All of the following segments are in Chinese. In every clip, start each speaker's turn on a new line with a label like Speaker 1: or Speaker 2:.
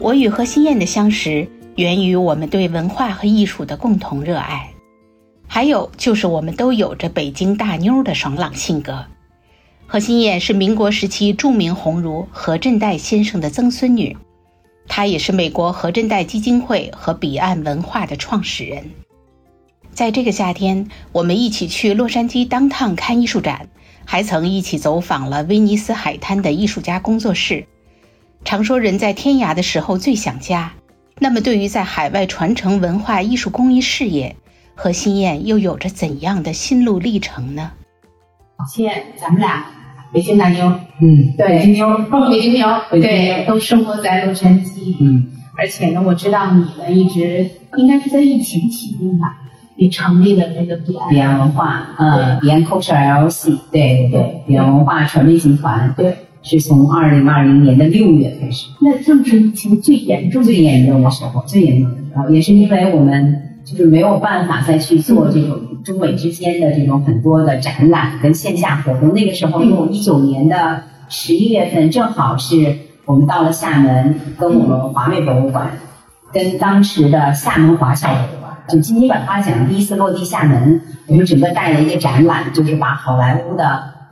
Speaker 1: 我与何心燕的相识，源于我们对文化和艺术的共同热爱，还有就是我们都有着北京大妞的爽朗性格。何心燕是民国时期著名鸿儒何振岱先生的曾孙女，她也是美国何振岱基金会和彼岸文化的创始人。在这个夏天，我们一起去洛杉矶当趟看艺术展，还曾一起走访了威尼斯海滩的艺术家工作室。常说人在天涯的时候最想家，那么对于在海外传承文化艺术公益事业，何心燕又有着怎样的心路历程呢？
Speaker 2: 心燕，咱们俩北京大妞，
Speaker 3: 嗯，
Speaker 2: 对
Speaker 3: 北京妞，
Speaker 2: 北京妞，
Speaker 3: 北京妞
Speaker 2: 对，都生活在洛杉矶，
Speaker 3: 嗯，
Speaker 2: 而且呢，我知道你呢一直应该是在疫情期间吧，你成立了这个彼岸
Speaker 3: 彼岸文化，嗯，彼岸 Culture LLC，对对对，彼岸文化传媒集团，
Speaker 2: 对，
Speaker 3: 是从二零二零年的六月开始，
Speaker 2: 那正是疫情最严重的
Speaker 3: 最严重的时候，最严重的时候，也是因为我们就是没有办法再去做这种中美之间的这种很多的展览跟线下活动。那个时候，因为我一九年的十一月份正好是我们到了厦门，跟我们华美博物馆，跟当时的厦门华校博物馆，就金鸡百花奖第一次落地厦门，我们整个带了一个展览，就是把好莱坞的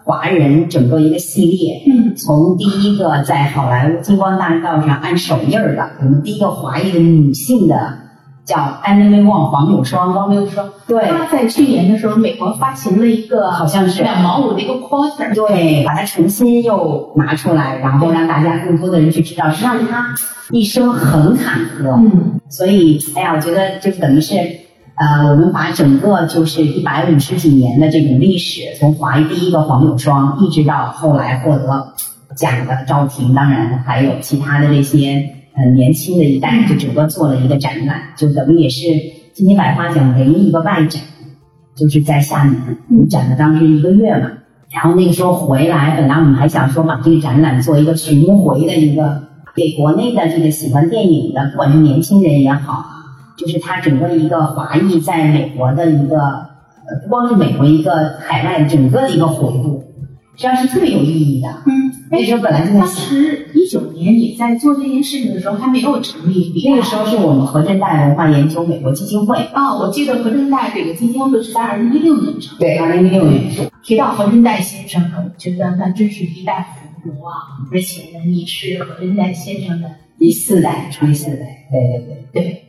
Speaker 3: 华人整个一个系列，
Speaker 2: 嗯
Speaker 3: 从第一个在好莱坞金光大道上按手印儿的，我们第一个华裔的女性的叫安妮薇旺黄柳霜，
Speaker 2: 黄牛说，
Speaker 3: 对，
Speaker 2: 他在去年的时候，美国发行了一个
Speaker 3: 好像是
Speaker 2: 两毛五的一个 quarter，
Speaker 3: 对，把它重新又拿出来，然后让大家更多的人去知道，让她一生很坎坷，
Speaker 2: 嗯，
Speaker 3: 所以，哎呀，我觉得就是等于是，呃，我们把整个就是一百五十几年的这种历史，从华裔第一个黄柳霜，一直到后来获得奖的赵婷，当然还有其他的这些呃年轻的一代，就整个做了一个展览，就等于也是金金百花奖唯一一个外展，就是在厦门，我们展了当时一个月嘛。然后那个时候回来，本来我们还想说把这个展览做一个巡回的一个，给国内的这个喜欢电影的，不管是年轻人也好，啊就是他整个一个华裔在美国的一个，呃不光是美国一个海外整个的一个回顾，实际上是特别有意义的。
Speaker 2: 嗯，
Speaker 3: 那时候本来就在
Speaker 2: 当
Speaker 3: 想，
Speaker 2: 时一九年你在做这件事情的时候还没有成立彼
Speaker 3: 那
Speaker 2: 岸
Speaker 3: 个。时候是我们和振岱文化研究美国基金会，
Speaker 2: 啊、我记得何振岱这个基金会是在二零一六年成立。
Speaker 3: 对，二零一六年。
Speaker 2: 提到何振岱先生呢，我觉得那真是一代鸿儒啊，而且呢，你是何振岱先生的
Speaker 3: 第四代，第四代，对对对，
Speaker 2: 对。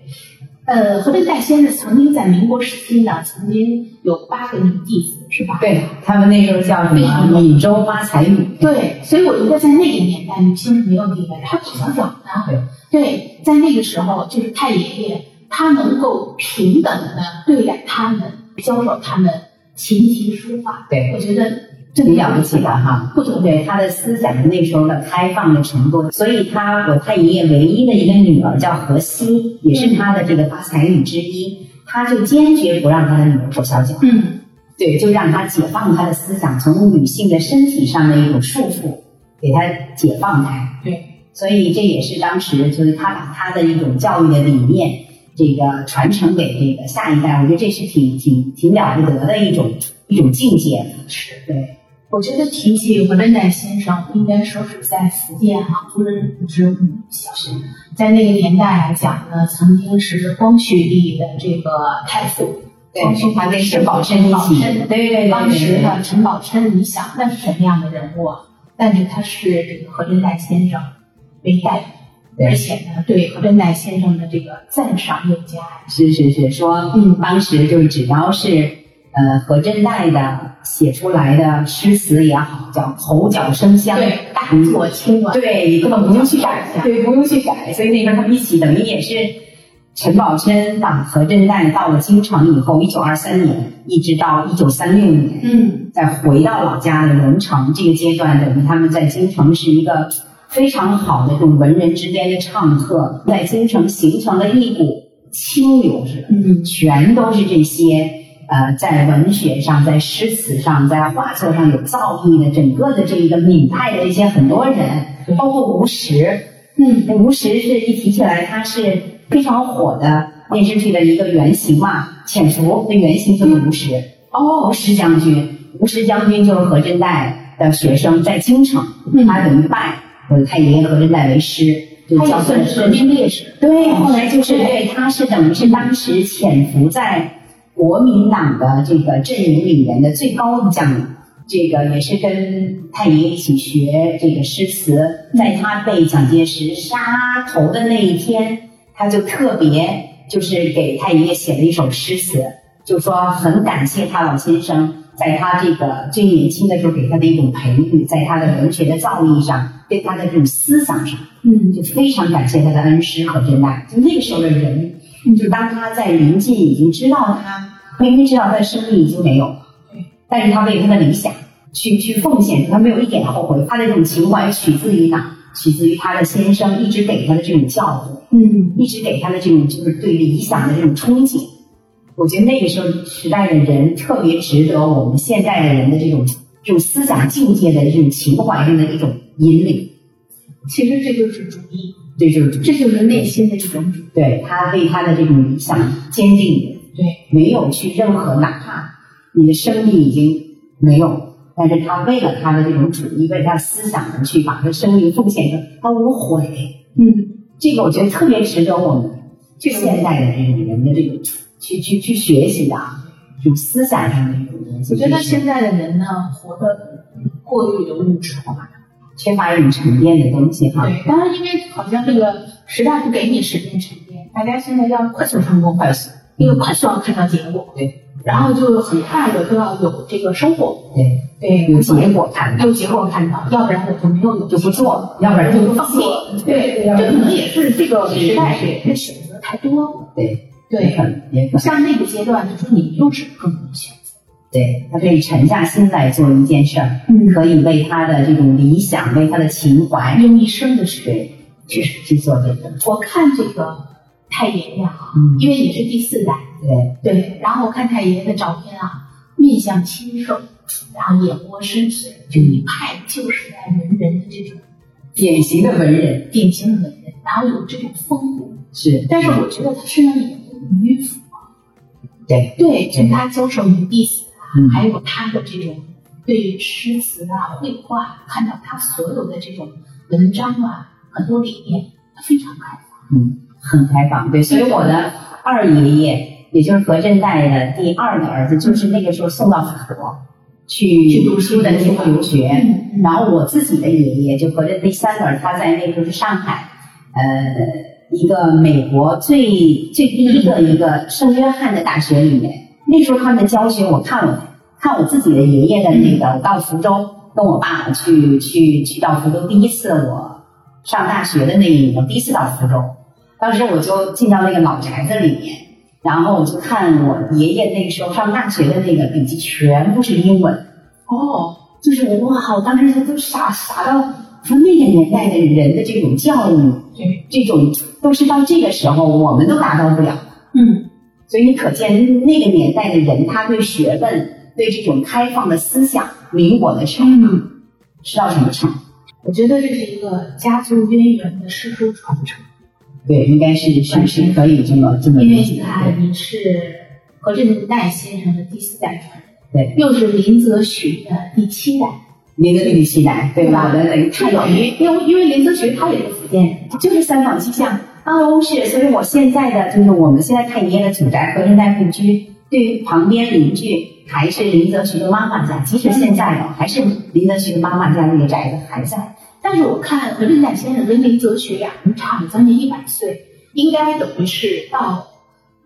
Speaker 2: 呃，何振岱先生曾经在民国时期呢，曾经有八个女弟子，是吧？
Speaker 3: 对他们那时候叫什么？闽州八才女，
Speaker 2: 对，所以我觉得在那个年代，女性是没有地位的，还不平等
Speaker 3: 对
Speaker 2: 的。对，在那个时候，就是太爷爷他能够平等的对待他们，教授他们琴棋书画，
Speaker 3: 对
Speaker 2: 我觉得真的
Speaker 3: 挺了不起的哈。
Speaker 2: 不同
Speaker 3: 对他的思想的那时候的开放的程度，所以他我太爷爷唯一的一个女儿叫荷西，也是他的这个八才女之一，他就坚决不让他的女儿裹小脚，
Speaker 2: 嗯，
Speaker 3: 对，就让她解放她的思想，从女性的身体上的一种束缚，给她解放开。
Speaker 2: 对，
Speaker 3: 所以这也是当时就是他把他的一种教育的理念，这个传承给这个下一代，我觉得这是挺挺挺了不得的一种一种境界。
Speaker 2: 是。
Speaker 3: 对，
Speaker 2: 我觉得提起何振岱先生，应该说是在福建啊，无人不知，无人不晓。在那个年代来讲呢，曾经是光绪帝的这个太傅，光绪
Speaker 3: 他
Speaker 2: 皇帝
Speaker 3: 跟
Speaker 2: 是
Speaker 3: 陈宝琛一起，对对对
Speaker 2: 当时
Speaker 3: 对对
Speaker 2: 的陈宝琛，你想那是什么样的人物啊？但是他视这个何振岱先生为代
Speaker 3: 对
Speaker 2: 表，而且呢，对何振岱先生的这个赞赏有加呀。
Speaker 3: 是是是，说
Speaker 2: 嗯
Speaker 3: 当时就是只要是呃何振岱的写出来的诗词也好，叫口角生香，
Speaker 2: 对，大
Speaker 3: 嗯
Speaker 2: 作清晚，
Speaker 3: 对，你根本不用去改，对，不用去改。所以那时候他们一起，等于也是陈宝琛把何振岱到了京城以后，一九二三年一直到一九三六年，
Speaker 2: 嗯，
Speaker 3: 再回到老家的荣城这个阶段，等于他们在京城是一个非常好的这种文人之间的唱和，在京城形成了一股清流似的，
Speaker 2: 嗯
Speaker 3: 全都是这些呃，在文学上、在诗词上、在画作上有造诣的，整个的这一个闽派的这些很多人
Speaker 2: 对，
Speaker 3: 包括吴石，
Speaker 2: 嗯，
Speaker 3: 吴哎石是一提起来，他是非常火的电视剧的一个原型嘛，《潜伏》的原型就是吴
Speaker 2: 嗯
Speaker 3: 石。哦，吴石将军，吴石将军就是何振岱的学生，在京城，
Speaker 2: 嗯
Speaker 3: 呃他等于拜我的太爷爷何振岱为师。就
Speaker 2: 它也
Speaker 3: 叫做
Speaker 2: 算是革命烈士。
Speaker 3: 对，后来就是对，他是等于是当时潜伏在国民党的这个阵营里面的最高奖，这个也是跟太爷一起学这个诗词。在他被蒋介石杀头的那一天，他就特别就是给太爷爷写了一首诗词，就说很感谢他老先生。在他这个最年轻的时候给他的一种培育，在他的文学的造诣上，对他的这种思想上，
Speaker 2: 嗯
Speaker 3: 就非常感谢他的恩师和真爱。就那个时候的人，嗯就当他在临近已经知道他，明明知道他的生命已经没有了，但是他为他的理想去去奉献，他没有一点后悔。他的这种情怀取自于哪？取自于他的先生一直给他的这种教诲，
Speaker 2: 嗯，
Speaker 3: 一直给他的这种就是对理想的这种憧憬。我觉得那个时候时代的人特别值得我们现代的人的这种这种思想境界的这种情怀上的一种引领，
Speaker 2: 其实这就是主义，
Speaker 3: 这就是主
Speaker 2: 这就是内心的一种主义。
Speaker 3: 对他对他的这种理想坚定，
Speaker 2: 对，
Speaker 3: 没有去任何哪怕你的生命已经没有，但是他为了他的这种主义，为了他的思想而去把他生命奉献给他无悔，
Speaker 2: 嗯，
Speaker 3: 这个我觉得特别值得我们就现代的这种人的这种去去去学习的啊，这种思想上的一种东西。
Speaker 2: 我觉得现在的人呢，活得过于的物质化。
Speaker 3: 缺乏一种沉淀的东西哈、啊
Speaker 2: 对，当然因为好像这个时代不给你时间沉淀，大家现在要快速成功，
Speaker 3: 快速
Speaker 2: 因为快速要看到结果，
Speaker 3: 对，
Speaker 2: 然后就很快的都要有这个收获，嗯
Speaker 3: 对
Speaker 2: 对，
Speaker 3: 有结果看
Speaker 2: 有结果看到，要不然我就没有有
Speaker 3: 就不做了，要不然就放弃了，
Speaker 2: 嗯对，这可能也是这个时代给人的选择太多了。
Speaker 3: 对，也
Speaker 2: 对
Speaker 3: 可，能也可能。
Speaker 2: 像那个阶段，就说你没有什么更多的选择。
Speaker 3: 对他可以沉下心来做一件事儿，
Speaker 2: 嗯
Speaker 3: 可以为他的这种理想，为他的情怀，
Speaker 2: 用一生的时间。
Speaker 3: 对，去去做这个，
Speaker 2: 我看这个太爷爷啊，
Speaker 3: 嗯，
Speaker 2: 因为也是第四代，
Speaker 3: 对，
Speaker 2: 对。然后我看太爷爷的照片啊，面相清瘦，然后眼窝深邃，就一派旧时代文人的这种
Speaker 3: 典型的文人
Speaker 2: 典型的文人，然后有这种风骨。
Speaker 3: 是，
Speaker 2: 但是我觉得他身上也有迂腐，
Speaker 3: 对，
Speaker 2: 对，从他教授女弟子啊
Speaker 3: 嗯，
Speaker 2: 还有他的这种对于诗词啊、绘画，看到他所有的这种文章啊，很多理念，他非常开放。
Speaker 3: 嗯，很开放，对，所以我的二爷爷，也就是何振代的第二个儿子，就是那个时候送到法国去
Speaker 2: 去读书的
Speaker 3: 去留学，
Speaker 2: 嗯
Speaker 3: 然后我自己的爷爷就合着第三个儿，他在那时候是上海，呃，一个美国最最第一的一个圣约翰的大学里面，那时候他们的教学我看了看我自己的爷爷的那个，我到福州跟我爸去去去到福州，第一次我上大学的那一年，我第一次到福州，当时我就进到那个老宅子里面。然后我就看我爷爷那个时候上大学的那个笔记，全部是英文，
Speaker 2: 哦，
Speaker 3: 就是哇，我当时就都傻傻到，说那个年代的人的这种教育，
Speaker 2: 对，
Speaker 3: 这种都是到这个时候我们都达到不了，
Speaker 2: 嗯，
Speaker 3: 所以你可见那个年代的人，他对学问、对这种开放的思想、灵活的程度，是到什么程度？
Speaker 2: 我觉得这是一个家族渊源的师叔传承，
Speaker 3: 对，应该是是是可以这么这么
Speaker 2: 因为
Speaker 3: 理
Speaker 2: 你
Speaker 3: 解，
Speaker 2: 看你是何振代先生的第四代传人，
Speaker 3: 对，
Speaker 2: 又是林则徐的第七代，
Speaker 3: 您的那个期待，对吧？我的那个
Speaker 2: 是
Speaker 3: 太
Speaker 2: 等
Speaker 3: 有
Speaker 2: 于因为因为林则徐他也是福建人，
Speaker 3: 就是三坊七巷，办公室。所以我现在的就是我们现在太爷爷的祖宅和现代故居，对于旁边邻居还是林则徐的妈妈家，即使现在了，还是林则徐的妈妈家那个宅子还在。
Speaker 2: 但是我看何振代先生跟林则徐俩人差了将近一百岁，应该等于是到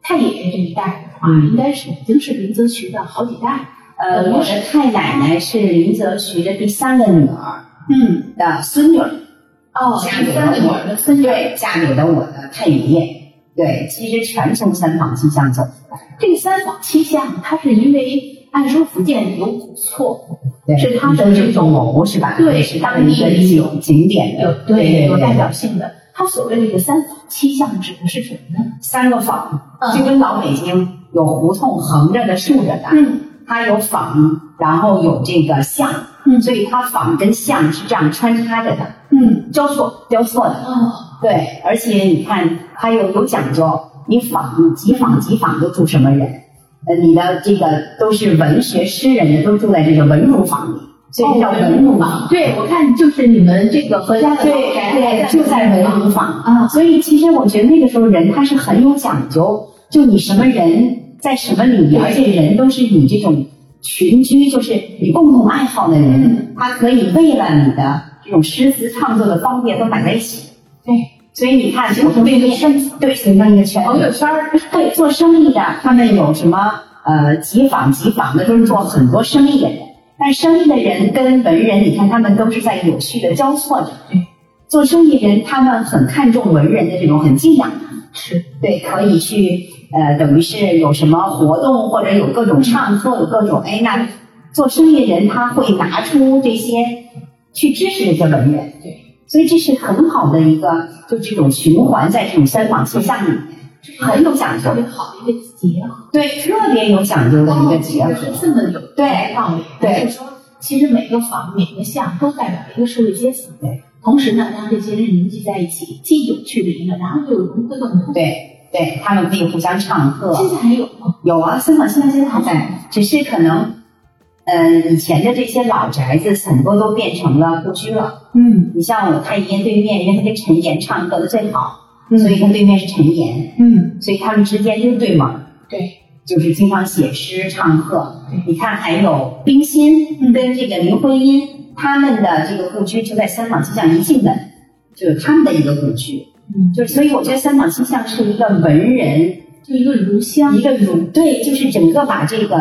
Speaker 2: 太爷爷这一代的话，
Speaker 3: 嗯
Speaker 2: 应该是已经是林则徐的好几代。
Speaker 3: 呃，我的太奶奶是林则徐的第三个女儿
Speaker 2: 嗯，
Speaker 3: 的孙女儿，
Speaker 2: 哦，
Speaker 3: 嫁给
Speaker 2: 三个女儿的孙女儿，
Speaker 3: 对，嫁给了我的太爷爷。对，其实全从三坊七巷走出来。
Speaker 2: 这个三坊七巷，它是因为按说福建人有古厝，
Speaker 3: 对，
Speaker 2: 是他的
Speaker 3: 们
Speaker 2: 这
Speaker 3: 这
Speaker 2: 种
Speaker 3: 种谋是吧？
Speaker 2: 对
Speaker 3: 是他的一个
Speaker 2: 当地
Speaker 3: 一种景点的
Speaker 2: 有，
Speaker 3: 对
Speaker 2: 有
Speaker 3: 对
Speaker 2: 代表性的。它所谓的这个三坊七巷指的是什么呢？
Speaker 3: 三个坊，
Speaker 2: 嗯
Speaker 3: 就跟老北京有胡同横着的、竖着的，
Speaker 2: 嗯
Speaker 3: 它有坊，然后有这个巷，
Speaker 2: 嗯
Speaker 3: 所以它坊跟巷是这样穿插着的，
Speaker 2: 嗯，
Speaker 3: 交错交错的。
Speaker 2: 哦，
Speaker 3: 对，而且你看，它有有讲究，你坊几坊几坊都住什么人，呃，你的这个都是文学诗人的，都住在这个文儒坊里。
Speaker 2: 所以叫
Speaker 3: 文
Speaker 2: 文
Speaker 3: 武
Speaker 2: 武
Speaker 3: 坊
Speaker 2: 坊。哦对，我看就是你们这个何家的
Speaker 3: 对
Speaker 2: 宅
Speaker 3: 对，就在文武坊
Speaker 2: 啊
Speaker 3: 所以其实我觉得那个时候人他是很有讲究，就你什么人在什么里，而且人都是你这种群居，就是你共同爱好的人，他可以为了你的这种诗词创作的方便都摆在一起。
Speaker 2: 对，
Speaker 3: 所以你看，形成一个圈子，对，形成一个圈子。
Speaker 2: 朋友圈儿。
Speaker 3: 对，做生意的，他们有什么呃集坊集坊的，都是做很多生意的人。但生意的人跟文人，你看他们都是在有序的交错着。
Speaker 2: 对，
Speaker 3: 做生意人他们很看重文人的这种很敬仰，
Speaker 2: 是
Speaker 3: 对，可以去呃，等于是有什么活动或者有各种唱歌，有各种哎，那做生意人他会拿出这些去支持这些文人，
Speaker 2: 对，
Speaker 3: 所以这是很好的一个就这种循环，在这种三坊七巷里面，很有讲究
Speaker 2: 特。别好的一个结合，
Speaker 3: 对，特别有讲究的嗯一个结合。
Speaker 2: 哦是这么有
Speaker 3: 对
Speaker 2: 道理。
Speaker 3: 对
Speaker 2: 就是说，其实每个坊、每个巷都代表一个社会阶层。
Speaker 3: 对，
Speaker 2: 同时呢，让这些人凝聚在一起，既有趣味了，然后又有融会贯通。
Speaker 3: 对对，他们可以互相唱和。
Speaker 2: 现在还有吗？
Speaker 3: 有啊，三坊现在现在还在，只是可能，呃，以前的这些老宅子很多都变成了故居了。
Speaker 2: 嗯，
Speaker 3: 你像我太爷对面，因为他跟陈岩唱和的最好，
Speaker 2: 嗯
Speaker 3: 所以他对面是陈岩，
Speaker 2: 嗯，
Speaker 3: 所以他们之间就是对门儿，
Speaker 2: 对，
Speaker 3: 就是经常写诗唱和
Speaker 2: 嗯。
Speaker 3: 你看，还有冰心
Speaker 2: 嗯
Speaker 3: 跟这个林徽因，他们的这个故居就在三坊七巷一进门，就是他们的一个故居。
Speaker 2: 嗯，
Speaker 3: 就是所以我觉得三坊七巷是一个文人
Speaker 2: 就一个炉香
Speaker 3: 一，个儒对，就是整个把这个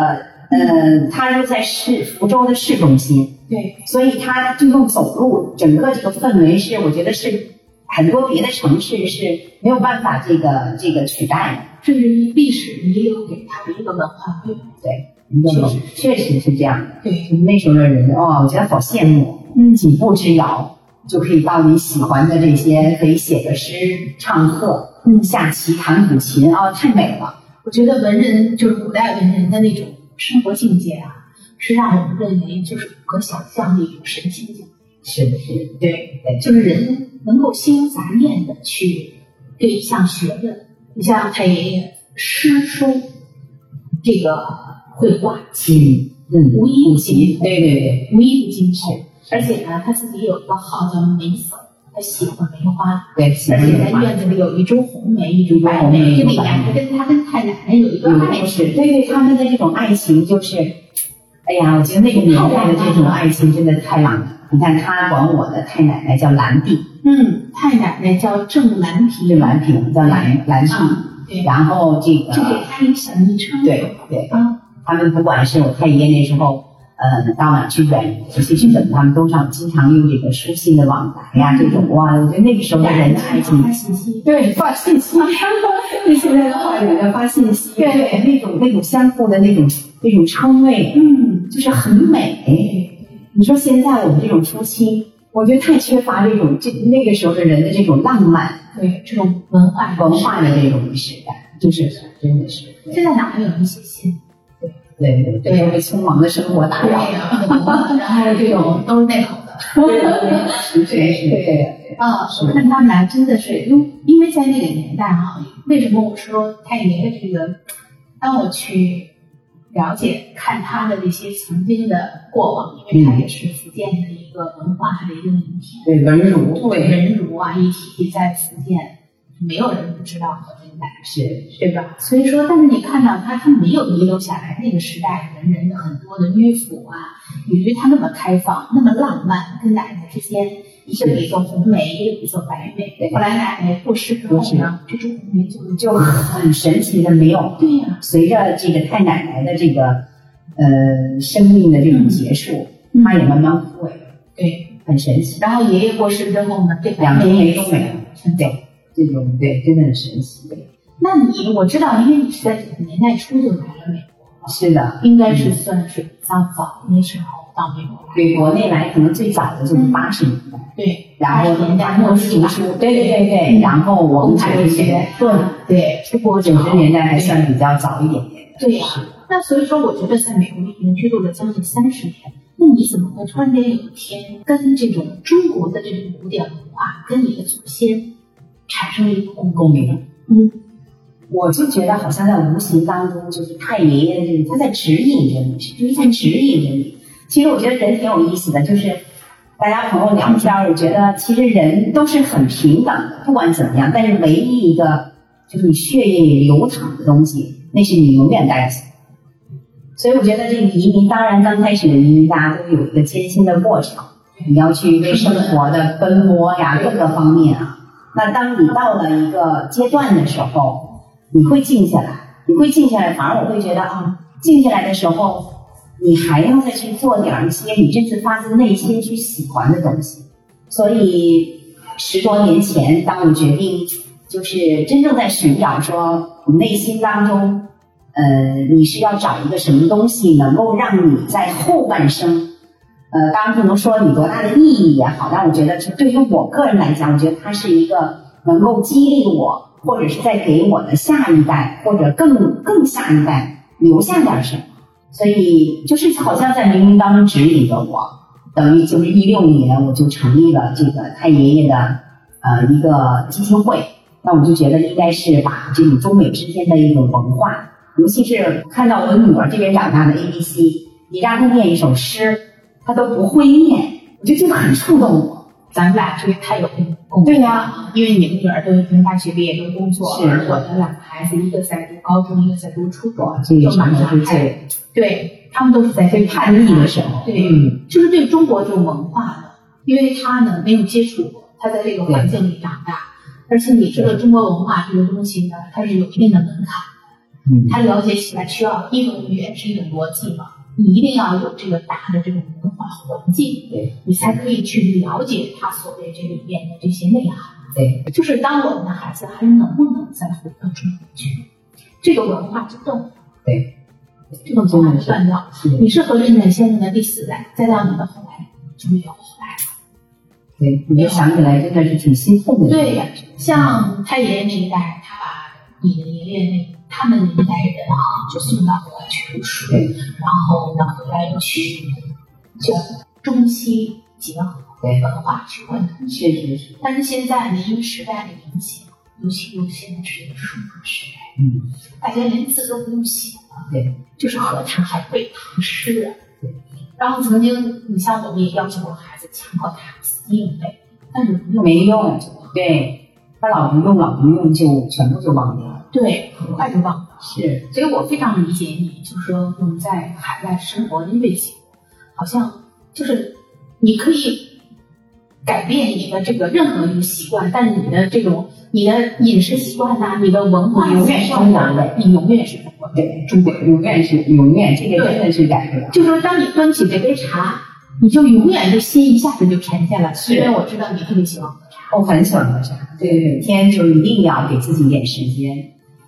Speaker 3: 呃，它又在市福州的市中心，
Speaker 2: 对，
Speaker 3: 所以它就用走路，整个这个氛围是我觉得是很多别的城市是没有办法这个这个取代
Speaker 2: 这是历史遗留给他的一个文化瑰宝。
Speaker 3: 的。你懂吗
Speaker 2: 确
Speaker 3: 确实是这样的。
Speaker 2: 对，
Speaker 3: 那时候的人哦哇，我觉得好羡慕，
Speaker 2: 嗯
Speaker 3: 几步之遥就可以到你喜欢的这些，可以写个诗、唱和、
Speaker 2: 嗯
Speaker 3: 下棋、弹古琴啊、太美了。
Speaker 2: 我觉得文人就是古代文人的那种生活境界啊，是让我们认为就是不可想象的一种神仙境界。
Speaker 3: 是的，是的，
Speaker 2: 对
Speaker 3: 对
Speaker 2: 就是人能够心无杂念的去对一项学问，你像太爷爷诗书这个绘画，
Speaker 3: 嗯嗯，
Speaker 2: 无一不精通，
Speaker 3: 对对对。
Speaker 2: 无一不精通。而且呢，他自己有一个号叫梅子，他喜欢梅花，
Speaker 3: 对，喜
Speaker 2: 而
Speaker 3: 欢
Speaker 2: 且
Speaker 3: 的
Speaker 2: 在
Speaker 3: 话，
Speaker 2: 院子里有一株红梅，哦一株白梅，这里面他跟他跟太奶奶
Speaker 3: 嗯
Speaker 2: 有一个爱
Speaker 3: 是，
Speaker 2: 情。
Speaker 3: 对对，他们的这种爱情就是，哎呀，我觉得那个年代的这种爱情真的太浪漫。你看他管我的太奶奶叫兰娣，
Speaker 2: 嗯，太奶奶叫郑兰
Speaker 3: 就
Speaker 2: 亭，
Speaker 3: 兰亭，叫兰兰娣。
Speaker 2: 啊，对，
Speaker 3: 然后这个
Speaker 2: 就，给他一个小昵称。
Speaker 3: 对对，
Speaker 2: 啊，
Speaker 3: 他们不管是我太爷那时候，呃，到哪去远游去去什么，他们都上经常用这个书信的往来呀，这种哇，我觉得那个时候的人的爱情
Speaker 2: 发信息。
Speaker 3: 嗯对，发信 息，对现在的话，有的发信息，
Speaker 2: 对
Speaker 3: 那种那种相互的那种那种称谓，
Speaker 2: 嗯，
Speaker 3: 就是很美。你说现在我们这种夫妻，我觉得太缺乏这种这那个时候的人的这种浪漫
Speaker 2: 对，这种文化
Speaker 3: 文化的这种仪式感，就是真的是
Speaker 2: 现在哪还有一些新？
Speaker 3: 对对
Speaker 2: 对
Speaker 3: 被匆忙的生活打扰，
Speaker 2: 呀， 然后啊这种都是那口的。
Speaker 3: 对 对对对
Speaker 2: 啊，我看他们俩真的是，因为因为在那个年代哈、为什么我说太爷爷这个，当我去了解看他的那些曾经的过往，因为他也是福建的一个文化的一个名片，
Speaker 3: 对文儒
Speaker 2: 作为人儒啊一体在福建，没有人不知道何真乃。
Speaker 3: 是
Speaker 2: 对吧？所以说，但是你看到他，他没有遗留下来那个时代文人的很多的迂腐啊，以及他那么开放、那么浪漫，跟奶奶之间，一个给一个红梅，一个给一个白梅。
Speaker 3: 对
Speaker 2: 后来奶奶过世之后呢，这株红梅就
Speaker 3: 就很神奇的没有
Speaker 2: 对呀、
Speaker 3: 随着这个太奶奶的这个呃生命的这种结束，
Speaker 2: 嗯
Speaker 3: 她也慢慢枯萎，
Speaker 2: 对。
Speaker 3: 很神奇。
Speaker 2: 然后爷爷过世之后呢，这
Speaker 3: 两边
Speaker 2: 梅
Speaker 3: 也都没有
Speaker 2: 真的。
Speaker 3: 对，这种对真的很神奇。
Speaker 2: 那你我知道，因为你是在九十年代初就来了美国，
Speaker 3: 是的，
Speaker 2: 应该是算是比较早那时候到美国来。
Speaker 3: 对国内来可能最早的
Speaker 2: 嗯
Speaker 3: 就是八十年代，
Speaker 2: 对，
Speaker 3: 然后
Speaker 2: 80年代
Speaker 3: 然后
Speaker 2: 末
Speaker 3: 是读
Speaker 2: 是
Speaker 3: 书，对对对对，
Speaker 2: 嗯
Speaker 3: 然后我
Speaker 2: 红
Speaker 3: 们
Speaker 2: 海
Speaker 3: 九
Speaker 2: 留
Speaker 3: 十
Speaker 2: 学
Speaker 3: 年，对，
Speaker 2: 对，出国
Speaker 3: 九十年代还算比较早一点点的。
Speaker 2: 对呀、
Speaker 3: 是
Speaker 2: 那所以说，我觉得在美国已经居住了将近三十年，那你怎么会突然间有一天跟这种中国的这种古典文化，跟你的祖先产生了一个共鸣？
Speaker 3: 共鸣。
Speaker 2: 嗯，
Speaker 3: 我就觉得好像在无形当中，就是太爷爷这，他在指引着你，就是在指引着你。其实我觉得人挺有意思的，就是大家朋友聊天儿，我觉得其实人都是很平等的，不管怎么样。但是唯一一个就是你血液里流淌的东西，那是你永远带不走。所以我觉得这个移民，当然刚开始的移民大家都有一个艰辛的过程，你要去为生活的奔波呀，各个方面啊。那当你到了一个阶段的时候，你会静下来，你会静下来，反而我会觉得啊，静下来的时候，你还要再去做点儿一些你这次发自内心去喜欢的东西。所以十多年前，当我决定就是真正在寻找说你嗯内心当中，呃，你是要找一个什么东西能够让你在后半生呃，当然不能说有多大的意义也好，但我觉得就对于我个人来讲，我觉得它是一个能够激励我，或者是在给我的下一代或者更更下一代留下点什么。所以就是好像在冥冥当中指引着我，等于就是一六年我就成立了这个太爷爷的呃一个基金会，那我就觉得应该是把这种中美之间的一种文化，尤其是看到我女儿这边长大的 A B C，你让她念一首诗。他都不会念，我觉得这个很触动我。
Speaker 2: 咱们俩这个太有共鸣。
Speaker 3: 对呀、
Speaker 2: 因为你们女儿都已经大学毕业，都工作，
Speaker 3: 是
Speaker 2: 而我的两个孩子，一个在读高中，一个在读初中，
Speaker 3: 这
Speaker 2: 就
Speaker 3: 个
Speaker 2: 马
Speaker 3: 常
Speaker 2: 上
Speaker 3: 常是
Speaker 2: 还
Speaker 3: 在
Speaker 2: 对他们都是在这
Speaker 3: 最叛逆的时候，
Speaker 2: 对
Speaker 3: 嗯，
Speaker 2: 就是对中国这种文化的，因为他呢没有接触过，他在这个环境里长大，而且你这个中国文化这个东西呢，它是有一定的门槛，
Speaker 3: 嗯
Speaker 2: 他了解起来需要一种语言是一种逻辑嘛，你一定要有这个大的这种文化环境，
Speaker 3: 对
Speaker 2: 你才可以去了解它所谓这里面的这些内涵。
Speaker 3: 对，
Speaker 2: 就是当我们的孩子还能不能再回到中国去，这个文化之动，
Speaker 3: 对，
Speaker 2: 这个文化的断掉。
Speaker 3: 是
Speaker 2: 你是何振南先生的第四代，再到你的后来就没有后来了。
Speaker 3: 对，你就想起来真的是挺心痛的一
Speaker 2: 对
Speaker 3: 个感觉。
Speaker 2: 像他爷爷那一代，他把你的爷爷那他们那一代人啊，就送到国外去读书，
Speaker 3: 对
Speaker 2: 然后呢回来又去做中西结合
Speaker 3: 对
Speaker 2: 文化去混同。
Speaker 3: 确实是，
Speaker 2: 但是现在呢，因为时代的影响，尤其又现在是一个数码时代，
Speaker 3: 嗯，
Speaker 2: 大家连字都不用写了，
Speaker 3: 对，
Speaker 2: 啊就是何谈还会唐诗啊？然后曾经，你像我们也要求过孩子强迫他死记硬背，但是不用
Speaker 3: 没用，对，他老不用，老不用就全部就忘掉了。
Speaker 2: 对，很快就忘了。
Speaker 3: 是，
Speaker 2: 所以我非常理解你，就是说我们在海外生活，因为好像就是你可以改变你的这个任何一个习惯，但是你的这种你的饮食习惯呐、你的文化
Speaker 3: 你永远是
Speaker 2: 习
Speaker 3: 中
Speaker 2: 惯
Speaker 3: 国
Speaker 2: 呐
Speaker 3: 人
Speaker 2: 你永远是中国人。
Speaker 3: 对，中国永远是永远，这个真的是改不了。
Speaker 2: 就说当你端起这杯茶，你就永远这心一下子就沉下来了，
Speaker 3: 是
Speaker 2: 因为我知道你特别喜欢喝茶。
Speaker 3: 我很喜欢喝茶，对，每天就一定要给自己一点时间，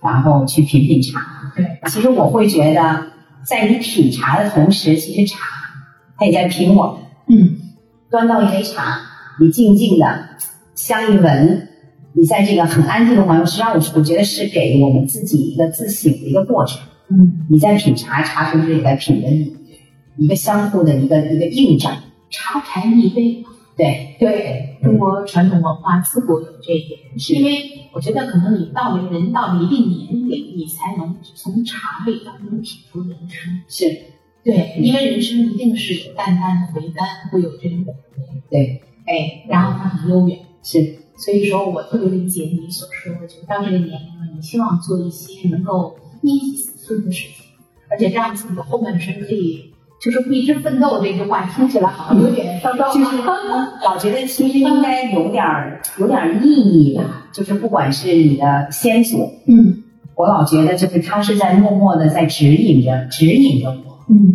Speaker 3: 然后去品品茶。
Speaker 2: 对，
Speaker 3: 其实我会觉得，在你品茶的同时，其实茶它也在品我们。
Speaker 2: 嗯，
Speaker 3: 端到一杯茶，你静静的香一闻，你在这个很安静的环境，实际上我我觉得是给我们自己一个自省的一个过程。
Speaker 2: 嗯，
Speaker 3: 你在品茶，茶同时也在品着你，一个相互的一个一个印证。
Speaker 2: 茶台一杯，
Speaker 3: 对，
Speaker 2: 对中国传统文化自古有这一点，是因为我觉得可能你到了人到了一定年龄，你才能从茶味当中品出人生。
Speaker 3: 是，
Speaker 2: 对，因为人生一定是有淡淡的回甘，会有这种苦味，
Speaker 3: 对，
Speaker 2: 哎，然后它很悠远。
Speaker 3: 是，
Speaker 2: 所以说我特别理解你所说的，就是到这个年龄了，你希望做一些能够因己自身的事情，而且让自己的后半生可以，就是为之奋斗这句话听起来好像哦有点糟糕，
Speaker 3: 就是 老觉得其实应该有点儿有点儿意义吧，就是不管是你的先祖，
Speaker 2: 嗯
Speaker 3: 我老觉得就是他是在默默的在指引着指引着我。
Speaker 2: 嗯，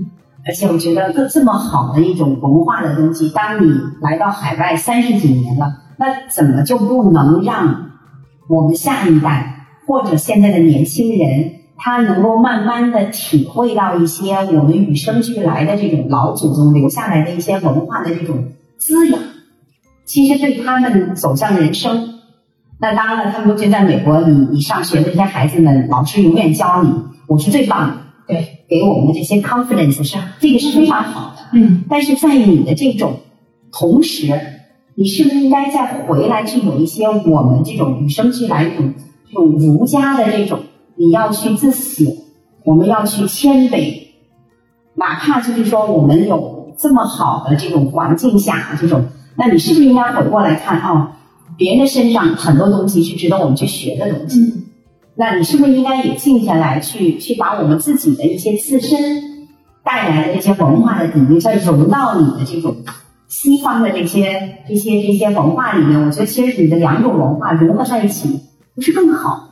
Speaker 3: 而且我觉得这这么好的一种文化的东西，当你来到海外三十几年了，那怎么就不能让我们下一代或者现在的年轻人，他能够慢慢的体会到一些我们与生俱来的这种老祖宗留下来的一些文化的这种滋养？其实对他们走向人生，那当然了，他们都觉得在美国，你你上学的这些孩子们，老师永远教你我是最棒的。
Speaker 2: 对，
Speaker 3: 给我们的这些 confidence 是这个是非常好的。
Speaker 2: 嗯
Speaker 3: 但是在你的这种同时，你是不是应该再回来去有一些我们这种与生俱来这种这种儒家的这种，你要去自省，我们要去谦卑，哪怕就是说我们有这么好的这种环境下，这种，那你是不是应该回过来看哦，别人的身上很多东西是值得我们去学的东西？
Speaker 2: 嗯
Speaker 3: 那你是不是应该也静下来去，去把我们自己的一些自身带来的这些文化的底蕴，再融到你的这种西方的这些这些这些文化里面？我觉得其实你的两种文化融合在一起，不是更好吗？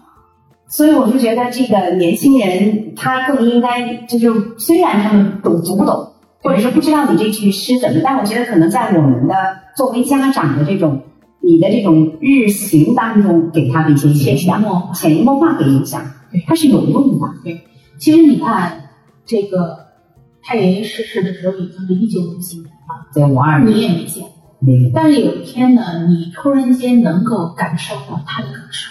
Speaker 3: 所以我就觉得这个年轻人他更应该，就是虽然他们懂读不懂，或者是不知道你这句诗怎么，但我觉得可能在我们的作为家长的这种你的这种日行当中，给他的一些影响。
Speaker 2: 默
Speaker 3: 潜移默化的影响
Speaker 2: 对，
Speaker 3: 它是有用的。
Speaker 2: 其实你看，这个他爷爷逝世的时候已经是一九五几年了，
Speaker 3: 对，五二
Speaker 2: 你也没见过。
Speaker 3: 那个，
Speaker 2: 但是有一天呢，你突然间能够感受到他的感受，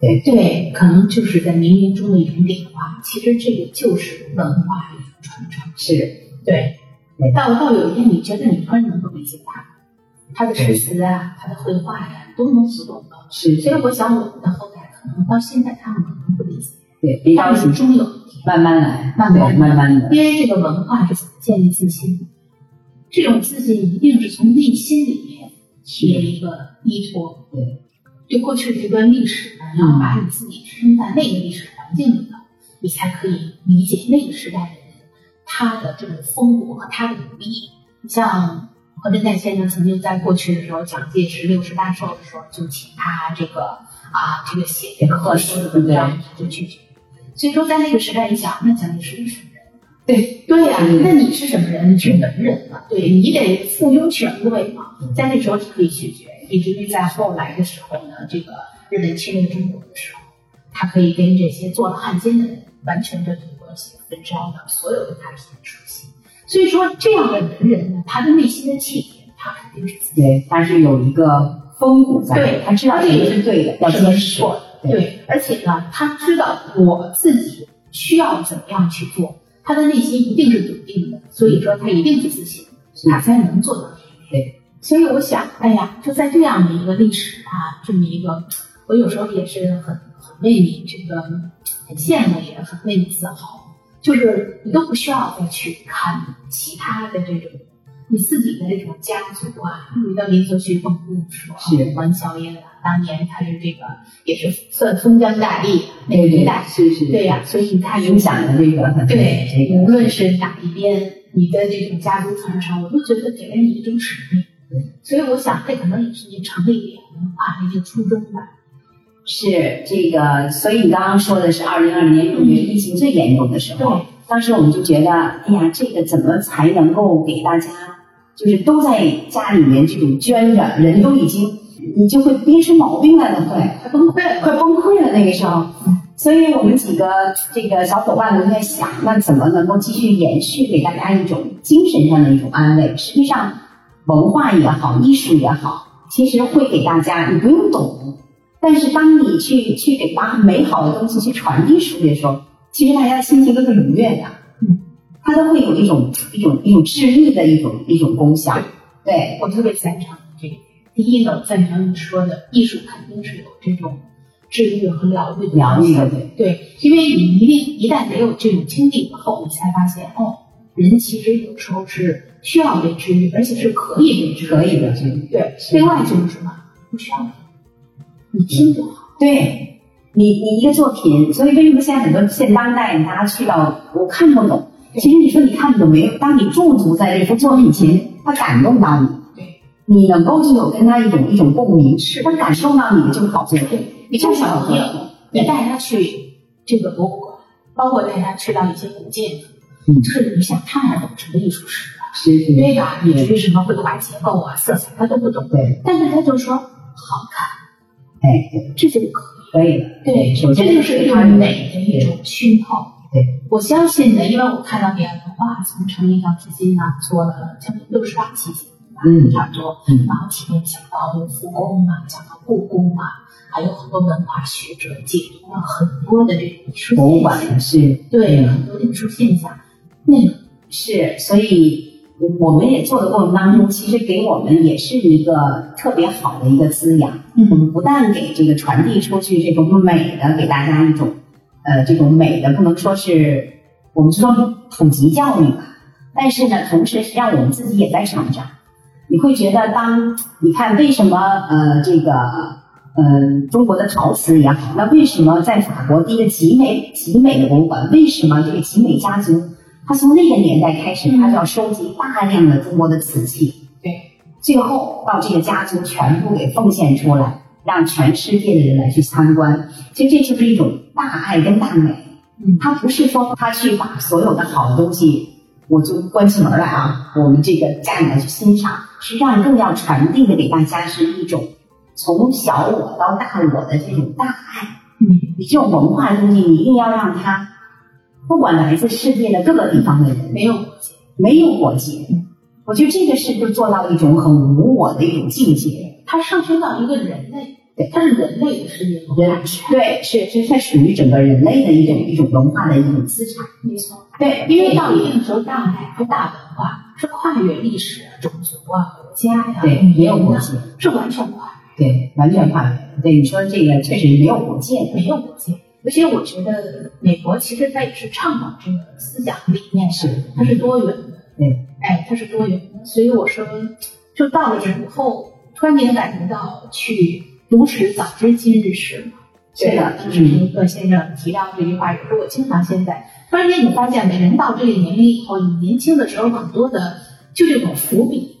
Speaker 3: 对
Speaker 2: 对，可能就是在冥冥中的一种点化。其实这个就是文化的一种传承。
Speaker 3: 是
Speaker 2: 对
Speaker 3: 对，
Speaker 2: 到到有一天你觉得你突然能够理解他，他的诗词啊，他的绘画呀、你都能读懂了。
Speaker 3: 是
Speaker 2: 所以我想我们的后代可能到现在他们可能不理解，
Speaker 3: 对，别着
Speaker 2: 但是
Speaker 3: 急，
Speaker 2: 终有一天，
Speaker 3: 慢慢来，
Speaker 2: 慢慢来
Speaker 3: 对慢慢的，
Speaker 2: 因为这个文化是怎么建立自信的？这种自信一定是从内心里面。你的一个依托。
Speaker 3: 对，
Speaker 2: 对过去的这段历史呢，要把你自己置身在那个历史环境里头，你才可以理解那个时代的人他的这种风骨和他的努力。像何振泰先生曾经在过去的时候，蒋介石六十大寿的时候，就请他这个啊这个写这个贺诗的文章，他就拒绝。所以说，在那个时代，你想，那蒋介石是什么人？
Speaker 3: 对
Speaker 2: 对呀、
Speaker 3: 嗯
Speaker 2: 那你是什么人？你是文人嘛？对你得附庸权贵嘛。在那时候你可以拒绝，以至于在后来的时候呢，这个日本侵略中国的时候，他可以跟这些做了汉奸的人完全的独而且焚烧了所有的大批的书信。所以说，这样的文人呢，他的内心的气节，他肯定是自己
Speaker 3: 对，它是有一个风骨在，
Speaker 2: 对
Speaker 3: 他知道
Speaker 2: 它
Speaker 3: 什
Speaker 2: 是
Speaker 3: 么是对的，要
Speaker 2: 什么是
Speaker 3: 坚持，
Speaker 2: 错的。对，而且呢，他知道我自己需要怎么样去做，他的内心一定是笃定的，所以说他一定是自信的，
Speaker 3: 是
Speaker 2: 他才能做到这一点。
Speaker 3: 对，
Speaker 2: 所以我想，哎呀，就在这样的一个历史啊，这么一个，我有时候也是很很为你这个很羡慕，也很为你自豪。就是你都不需要再去看其他的这种你自己的这种家族啊，你到民族去蹦蹦说，
Speaker 3: 是
Speaker 2: 王乔英啊，当年他是这个也是算封疆大吏哪
Speaker 3: 对
Speaker 2: 一
Speaker 3: 对
Speaker 2: 代，
Speaker 3: 是是，
Speaker 2: 对呀、所以你
Speaker 3: 它
Speaker 2: 看
Speaker 3: 影响了这个，
Speaker 2: 对
Speaker 3: 这，
Speaker 2: 无
Speaker 3: 个
Speaker 2: 论是哪一边，你的这种家族传承，我都觉得给了你一种使命。所以我想，哎这可能也是你成立文化的一个初衷吧。
Speaker 3: 是这个，所以你刚刚说的是二零二零年，我觉得疫情最严重的时候，
Speaker 2: 对，
Speaker 3: 当时我们就觉得，哎呀，这个怎么才能够给大家，就是都在家里面这种捐着，人都已经，你就会憋出毛病来了，会
Speaker 2: 快崩溃了，
Speaker 3: 快崩溃了那个时候。所以我们几个这个小伙伴们在想，那怎么能够继续延续给大家一种精神上的一种安慰？实际上，文化也好，艺术也好，其实会给大家，你不用懂，但是当你去去给把美好的东西去传递出去的时候，其实大家心情都是愉悦的，
Speaker 2: 嗯，
Speaker 3: 它都会有一种一种一种治愈的一种一种功效，对，
Speaker 2: 我特别赞成这个。第一个，赞成你说的，艺术肯定是有这种治愈和疗愈的
Speaker 3: 疗愈
Speaker 2: 效
Speaker 3: 的
Speaker 2: 果
Speaker 3: 对。
Speaker 2: 对，因为你一定一旦得有这种经历以后，你才发现哦，人其实有时候是需要被治愈，而且是可以被治愈。
Speaker 3: 可以的，是
Speaker 2: 对，另外就是什么，不需要你听就好。
Speaker 3: 对你，你一个作品，所以为什么现在很多现当代大家去到我看不懂，
Speaker 2: 对
Speaker 3: 其实你说你看不懂没有？当你驻足在这幅作品前，它感动到你，
Speaker 2: 对，
Speaker 3: 你能够就有跟他一种一种共鸣，是它感受到你的就是好作品。
Speaker 2: 你像小朋友，你
Speaker 3: 对
Speaker 2: 带他去这个博物馆，包括带他去到一些古建筑，
Speaker 3: 嗯
Speaker 2: 就是你想他哪懂什么艺术史啊，
Speaker 3: 是是
Speaker 2: 对吧？你至于什么绘画结构啊、色彩，他都不懂，
Speaker 3: 对，
Speaker 2: 但是他就说好看，
Speaker 3: 哎，
Speaker 2: 这就可以。
Speaker 3: 可以了。哎
Speaker 2: 对，
Speaker 3: 首先
Speaker 2: 这就是一
Speaker 3: 它
Speaker 2: 种美的一种熏陶。
Speaker 3: 对，
Speaker 2: 我相信呢，因为我看到点文化从成立到至今呢，做了将近六十八期节目吧，
Speaker 3: 嗯
Speaker 2: 差不多。
Speaker 3: 嗯
Speaker 2: 然后前面讲到卢浮宫啊，讲到故宫啊，还有很多文化学者解读了很多的这种艺术
Speaker 3: 博物
Speaker 2: 现象，
Speaker 3: 馆是嗯
Speaker 2: 对很多艺术现象。那个
Speaker 3: 是，所以我们也做的过程当中，其实给我们也是一个特别好的一个滋养。我
Speaker 2: 嗯，
Speaker 3: 们不但给这个传递出去这种美的，给大家一种呃这种美的，不能说是我们就说普及教育吧，但是呢，同时让我们自己也在成长。你会觉得当，你看为什么呃这个呃中国的陶瓷也好，那为什么在法国第一个集美集美的博物馆，为什么这个集美家族，他从那个年代开始，他就要收集大量的中国的瓷器，
Speaker 2: 对，
Speaker 3: 最后到这个家族全部给奉献出来，让全世界的人来去参观，其实这就是一种大爱跟大美。
Speaker 2: 嗯，
Speaker 3: 他不是说他去把所有的好的东西，我就关起门来啊，我们这个家里来去欣赏，是让更要传递的给大家是一种从小我到大我的这种大爱。
Speaker 2: 嗯，
Speaker 3: 你这种文化的东西，你一定要让它，不管来自世界的各个地方的人，
Speaker 2: 没有
Speaker 3: 没有国界。我觉得这个是不是做到一种很无我的一种境界？
Speaker 2: 它上升到一个人类，
Speaker 3: 对
Speaker 2: 它是人类的世界观，
Speaker 3: 人对，是是它属于整个人类的一种一种文化的一种资产。
Speaker 2: 没错。
Speaker 3: 对，
Speaker 2: 因为到一定时候，大爱和大文化是跨越历史、种族啊、国家呀、
Speaker 3: 对
Speaker 2: 语
Speaker 3: 没
Speaker 2: 言
Speaker 3: 有国
Speaker 2: 啊
Speaker 3: 界。
Speaker 2: 是完全跨
Speaker 3: 对，完全跨越。对，你说这个确实没有国界
Speaker 2: 越，
Speaker 3: 的，
Speaker 2: 没有国界。而且我觉得美国其实它也是倡导这个思想理念的，
Speaker 3: 是
Speaker 2: 它是多元的，
Speaker 3: 对，
Speaker 2: 哎，它是多元的。所以我说，就到了这以后，突然间感觉到去如持早知今日事嘛。
Speaker 3: 对的
Speaker 2: 当时一个先生提到这句话，也是我经常现在突然间你发现，每人到这个年龄以后，你年轻的时候很多的就这种伏笔，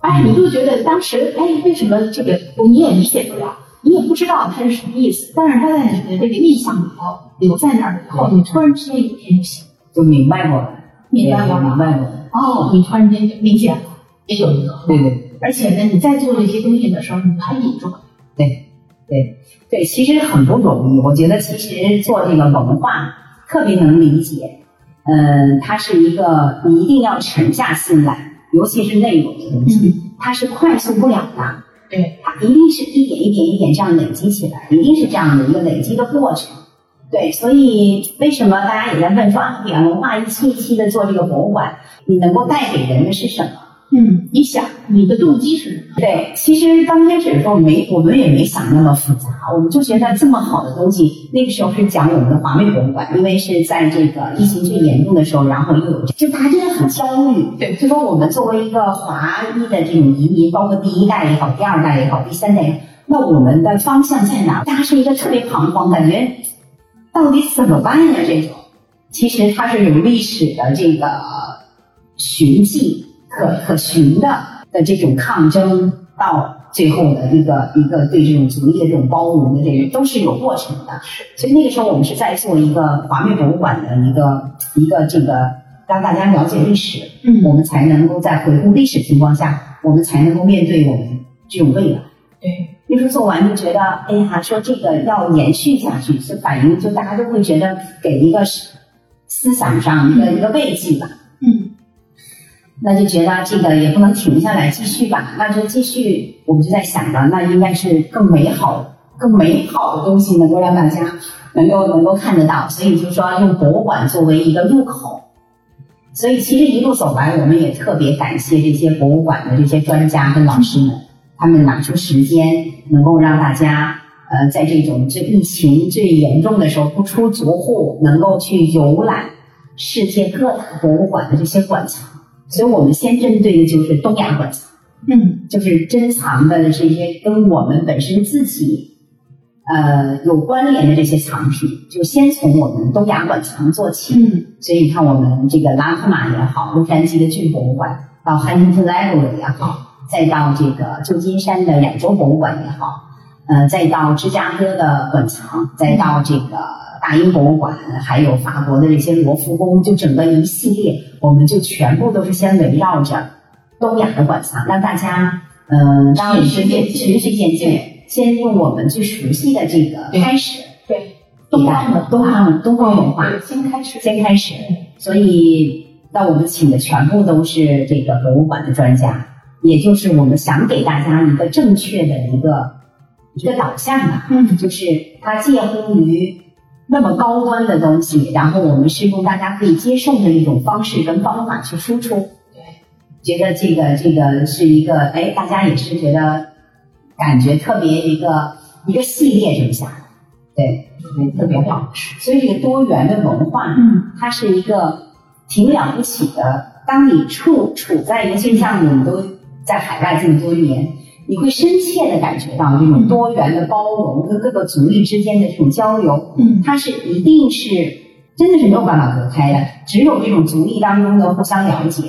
Speaker 2: 哎，你就觉得当时哎，为什么这个你也理解不了，你也不知道它是什么意思，但是它在你的这个印象里头留在那儿了以后，你突然之间有一天就醒，
Speaker 3: 就明白过了，
Speaker 2: 明白过
Speaker 3: 对
Speaker 2: 了
Speaker 3: 明，白过了。
Speaker 2: 哦，你突然间就理解了，也有一个，
Speaker 3: 对对
Speaker 2: 而且呢，你在做这些东西的时候，你把它引住，
Speaker 3: 对，其实很不容易。我觉得其实做这个文化特别能理解，嗯，它是一个你一定要沉下心来，尤其是内容的东西，
Speaker 2: 嗯
Speaker 3: 它是快速不了的。
Speaker 2: 对，
Speaker 3: 它一定是一点一点一点这样累积起来，一定是这样的一个累积的过程。对，所以为什么大家也在问说啊，远文化一期一期的做这个博物馆，你能够带给人的是什么？
Speaker 2: 嗯，你想你的动机是什么？
Speaker 3: 对，其实刚开始的时候没，我们也没想那么复杂，我们就觉得这么好的东西，那个时候是讲我们的华美博物馆，因为是在这个疫情最严重的时候，然后又有，就大家真的很焦虑，
Speaker 2: 对
Speaker 3: 就说我们作为一个华裔的这种移民，包括第一代也好，第二代也好，第三代也好，那我们的方向在哪？大家是一个特别彷徨，感觉到底怎么办呀？这种，其实它是有历史的这个寻迹可可寻的的这种抗争，到最后的一个一个对这种族裔的这种包容的这种，都是有过程的。所以那个时候我们是在做一个华美博物馆的一个一个这个让大家了解历史，
Speaker 2: 嗯
Speaker 3: 我们才能够在回顾历史情况下，我们才能够面对我们这种未来。
Speaker 2: 对，
Speaker 3: 那时候做完就觉得，哎呀，说这个要延续下去，就反映就大家都会觉得给一个思想上一个一个慰藉吧。
Speaker 2: 嗯，
Speaker 3: 那就觉得这个也不能停下来，继续吧，那就继续。我们就在想着，那应该是更美好、更美好的东西，能够让大家能够能够看得到。所以就说用博物馆作为一个入口。所以其实一路走来，我们也特别感谢这些博物馆的这些专家跟老师们，他们拿出时间，能够让大家呃在这种最疫情最严重的时候不出族户，能够去游览世界各大博物馆的这些馆藏。所以我们先针对的就是东亚馆藏，
Speaker 2: 嗯，
Speaker 3: 就是珍藏的这些跟我们本身自己呃有关联的这些藏品，就先从我们东亚馆藏做起。
Speaker 2: 嗯，
Speaker 3: 所以你看，我们这个拉赫玛也好，洛杉矶的郡博物馆，到汉密特 library 也好，再到这个旧金山的亚洲博物馆也好，呃，再到芝加哥的馆藏，再到这个大英博物馆，还有法国的这些罗浮宫，就整个一系列，我们就全部都是先围绕着东亚的馆藏，让大家，嗯、呃，当然也是循序渐进，先用我们最熟悉的这个开始，
Speaker 2: 对，东方文化
Speaker 3: 东方东方文化。
Speaker 2: 对先开始，
Speaker 3: 先开始，所以那我们请的全部都是这个博物馆的专家，也就是我们想给大家一个正确的一个一个导向吧，
Speaker 2: 嗯
Speaker 3: 就是它介乎于那么高端的东西，然后我们是用大家可以接受的一种方式跟方法去输出，觉得这个这个是一个哎，大家也是觉得感觉特别一个一个系列这么下来，对，嗯特别 好。所以这个多元的文化，
Speaker 2: 嗯，
Speaker 3: 它是一个挺了不起的当你处处在一个现象，我们都在海外这么多年，你会深切的感觉到这种多元的包容跟各个族裔之间的这种交流，
Speaker 2: 嗯，
Speaker 3: 它是一定是真的是没有办法隔开的，只有这种族裔当中的互相了解、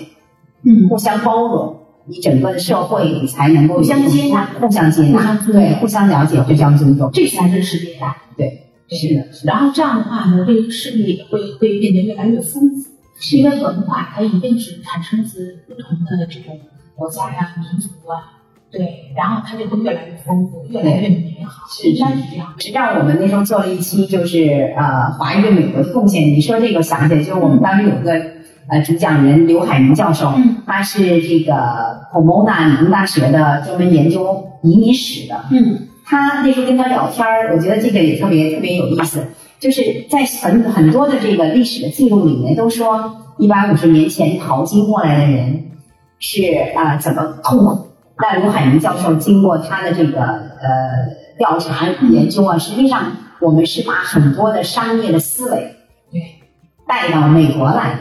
Speaker 2: 嗯
Speaker 3: 互相包容，你整个的社会你才能够有
Speaker 2: 互相接纳
Speaker 3: 互相接
Speaker 2: 互
Speaker 3: 纳
Speaker 2: 相，尊重
Speaker 3: 对，互相了解、互相尊重，
Speaker 2: 这才是世界大。
Speaker 3: 是的，是的，
Speaker 2: 然后这样的话呢，这个世界也会会变得越来越丰富，是因为文化它一定是产生自不同的这种国家呀、民族啊，对，然后它就会越来越丰富，越来越美好，
Speaker 3: 是
Speaker 2: 应该是这样。
Speaker 3: 实际上，我们那时候做了一期，就是呃，华裔对美国的贡献。你说这个，我想起来，就是我们当时有一个呃主讲人刘海明教授，
Speaker 2: 嗯
Speaker 3: 他是这个 Pomona 理工大学的专门研究移民史的。
Speaker 2: 嗯
Speaker 3: 他那时候跟他聊天儿，我觉得这个也特别特别有意思，就是在很很多的这个历史的记录里面都说，一百五十年前淘金过来的人是啊、怎么痛苦。那卢海明教授经过他的这个呃调查研究啊，实际上我们是把很多的商业的思维
Speaker 2: 对
Speaker 3: 带到美国来的。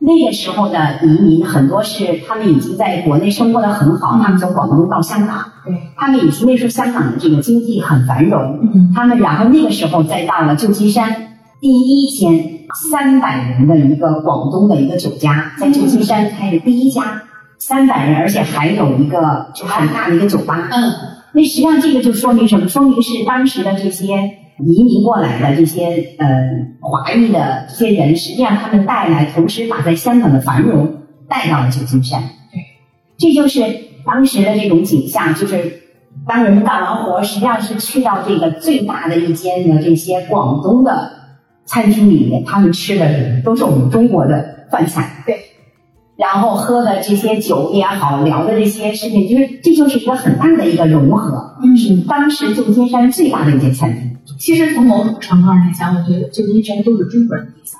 Speaker 3: 那个时候的移民很多是他们已经在国内生活的很好，他们从广东到香港，
Speaker 2: 对，
Speaker 3: 他们已经那时候香港的这个经济很繁荣，
Speaker 2: 嗯
Speaker 3: 他们然后那个时候再到了旧金山，第一间三百人的一个广东的一个酒家，在旧金山开的第一家三百人，而且还有一个就很大的一个酒吧。
Speaker 2: 嗯
Speaker 3: 那实际上这个就说明什么？说明是当时的这些移民过来的这些呃华裔的这些人，实际上他们带来，同时把在香港的繁荣带到了旧金山。
Speaker 2: 对，
Speaker 3: 这就是当时的这种景象，就是当人们干完活，实际上是去到这个最大的一间的这些广东的餐厅里面，他们吃的都是我们中国的饭菜。然后喝的这些酒也好，聊的这些事情，就是这就是一个很大的一个融合，是
Speaker 2: 嗯，
Speaker 3: 当时旧金山最大的一间餐厅。
Speaker 2: 其实从某种程度上来讲，我觉得旧金山都是中国人的家，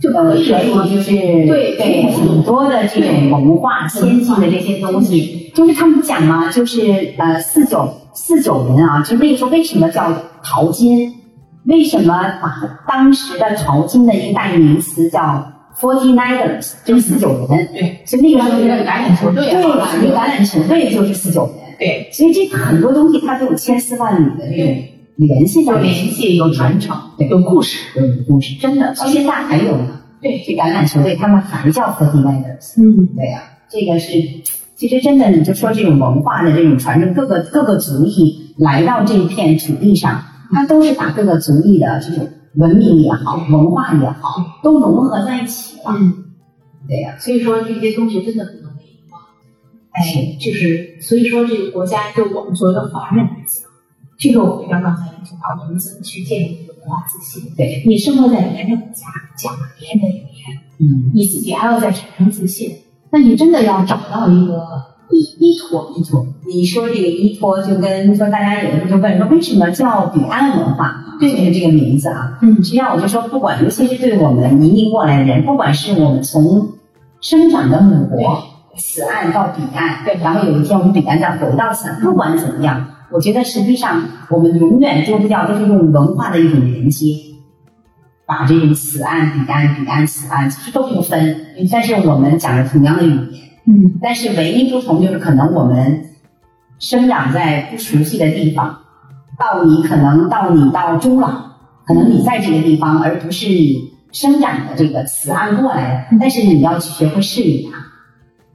Speaker 2: 就
Speaker 3: 呃，
Speaker 2: 可以
Speaker 3: 所以
Speaker 2: 说
Speaker 3: 就是
Speaker 2: 对
Speaker 3: 对很多的这种文化先进的这些东西，就是他们讲嘛，就是呃四九四九年啊，就那个时候为什么叫淘金？为什么把当时的淘金的一个代名词叫 Forty Niners，就是四九人？
Speaker 2: 对，
Speaker 3: 就那个时候
Speaker 2: 就是橄榄球队
Speaker 3: 对
Speaker 2: 啊
Speaker 3: 吧？那个橄榄球队就是四九人。
Speaker 2: 对，
Speaker 3: 所以这很多东西它都有千丝万缕的这种联系在
Speaker 2: 有
Speaker 3: 里面，
Speaker 2: 联系，有传承，
Speaker 3: 对
Speaker 2: 有故事，
Speaker 3: 有故事。
Speaker 2: 真的，
Speaker 3: 到现在还有呢，
Speaker 2: 对，
Speaker 3: 这橄榄球队他们还叫 f o r t y n i n e r s
Speaker 2: 嗯
Speaker 3: 对呀、这个是其实真的，你就说这种文化的这种传承，各个各个族裔来到这片土地上，它都是把各个族裔的这种文明也好、文化也好，都融合在一起了。
Speaker 2: 嗯。
Speaker 3: 对啊呀、
Speaker 2: 所以说这些东西真的不能遗忘。哎，
Speaker 3: 是
Speaker 2: 就是所以说这个国家对我们作为华人来讲，这个我回到刚才也说到，我们怎么去建立文化自信？
Speaker 3: 对，
Speaker 2: 你生活在别人的国家，讲别人的语言，
Speaker 3: 嗯，
Speaker 2: 你自己还要再产生自信，那你真的要找到一个依依托。
Speaker 3: 依托。你说这个依托，就跟说大家有的时候就问说为什么叫彼岸文化？
Speaker 2: 对
Speaker 3: 就是这个名字啊。
Speaker 2: 嗯
Speaker 3: 实际上我就说，不管尤其是对我们移民过来的人，不管是我们从生长的母国此岸到彼岸，
Speaker 2: 对
Speaker 3: 然后有一天我们彼岸再回到此岸，不管怎么样，我觉得实际上我们永远丢不掉，就是用文化的一种连接，把这种此岸、彼岸、彼岸、此岸其实都不分，但是我们讲着同样的语言。
Speaker 2: 嗯，
Speaker 3: 但是唯一不同就是，可能我们生长在不熟悉的地方，到你可能到你到终老，可能你在这个地方，而不是你生长的这个此岸过来的。但是你要去学会适应它，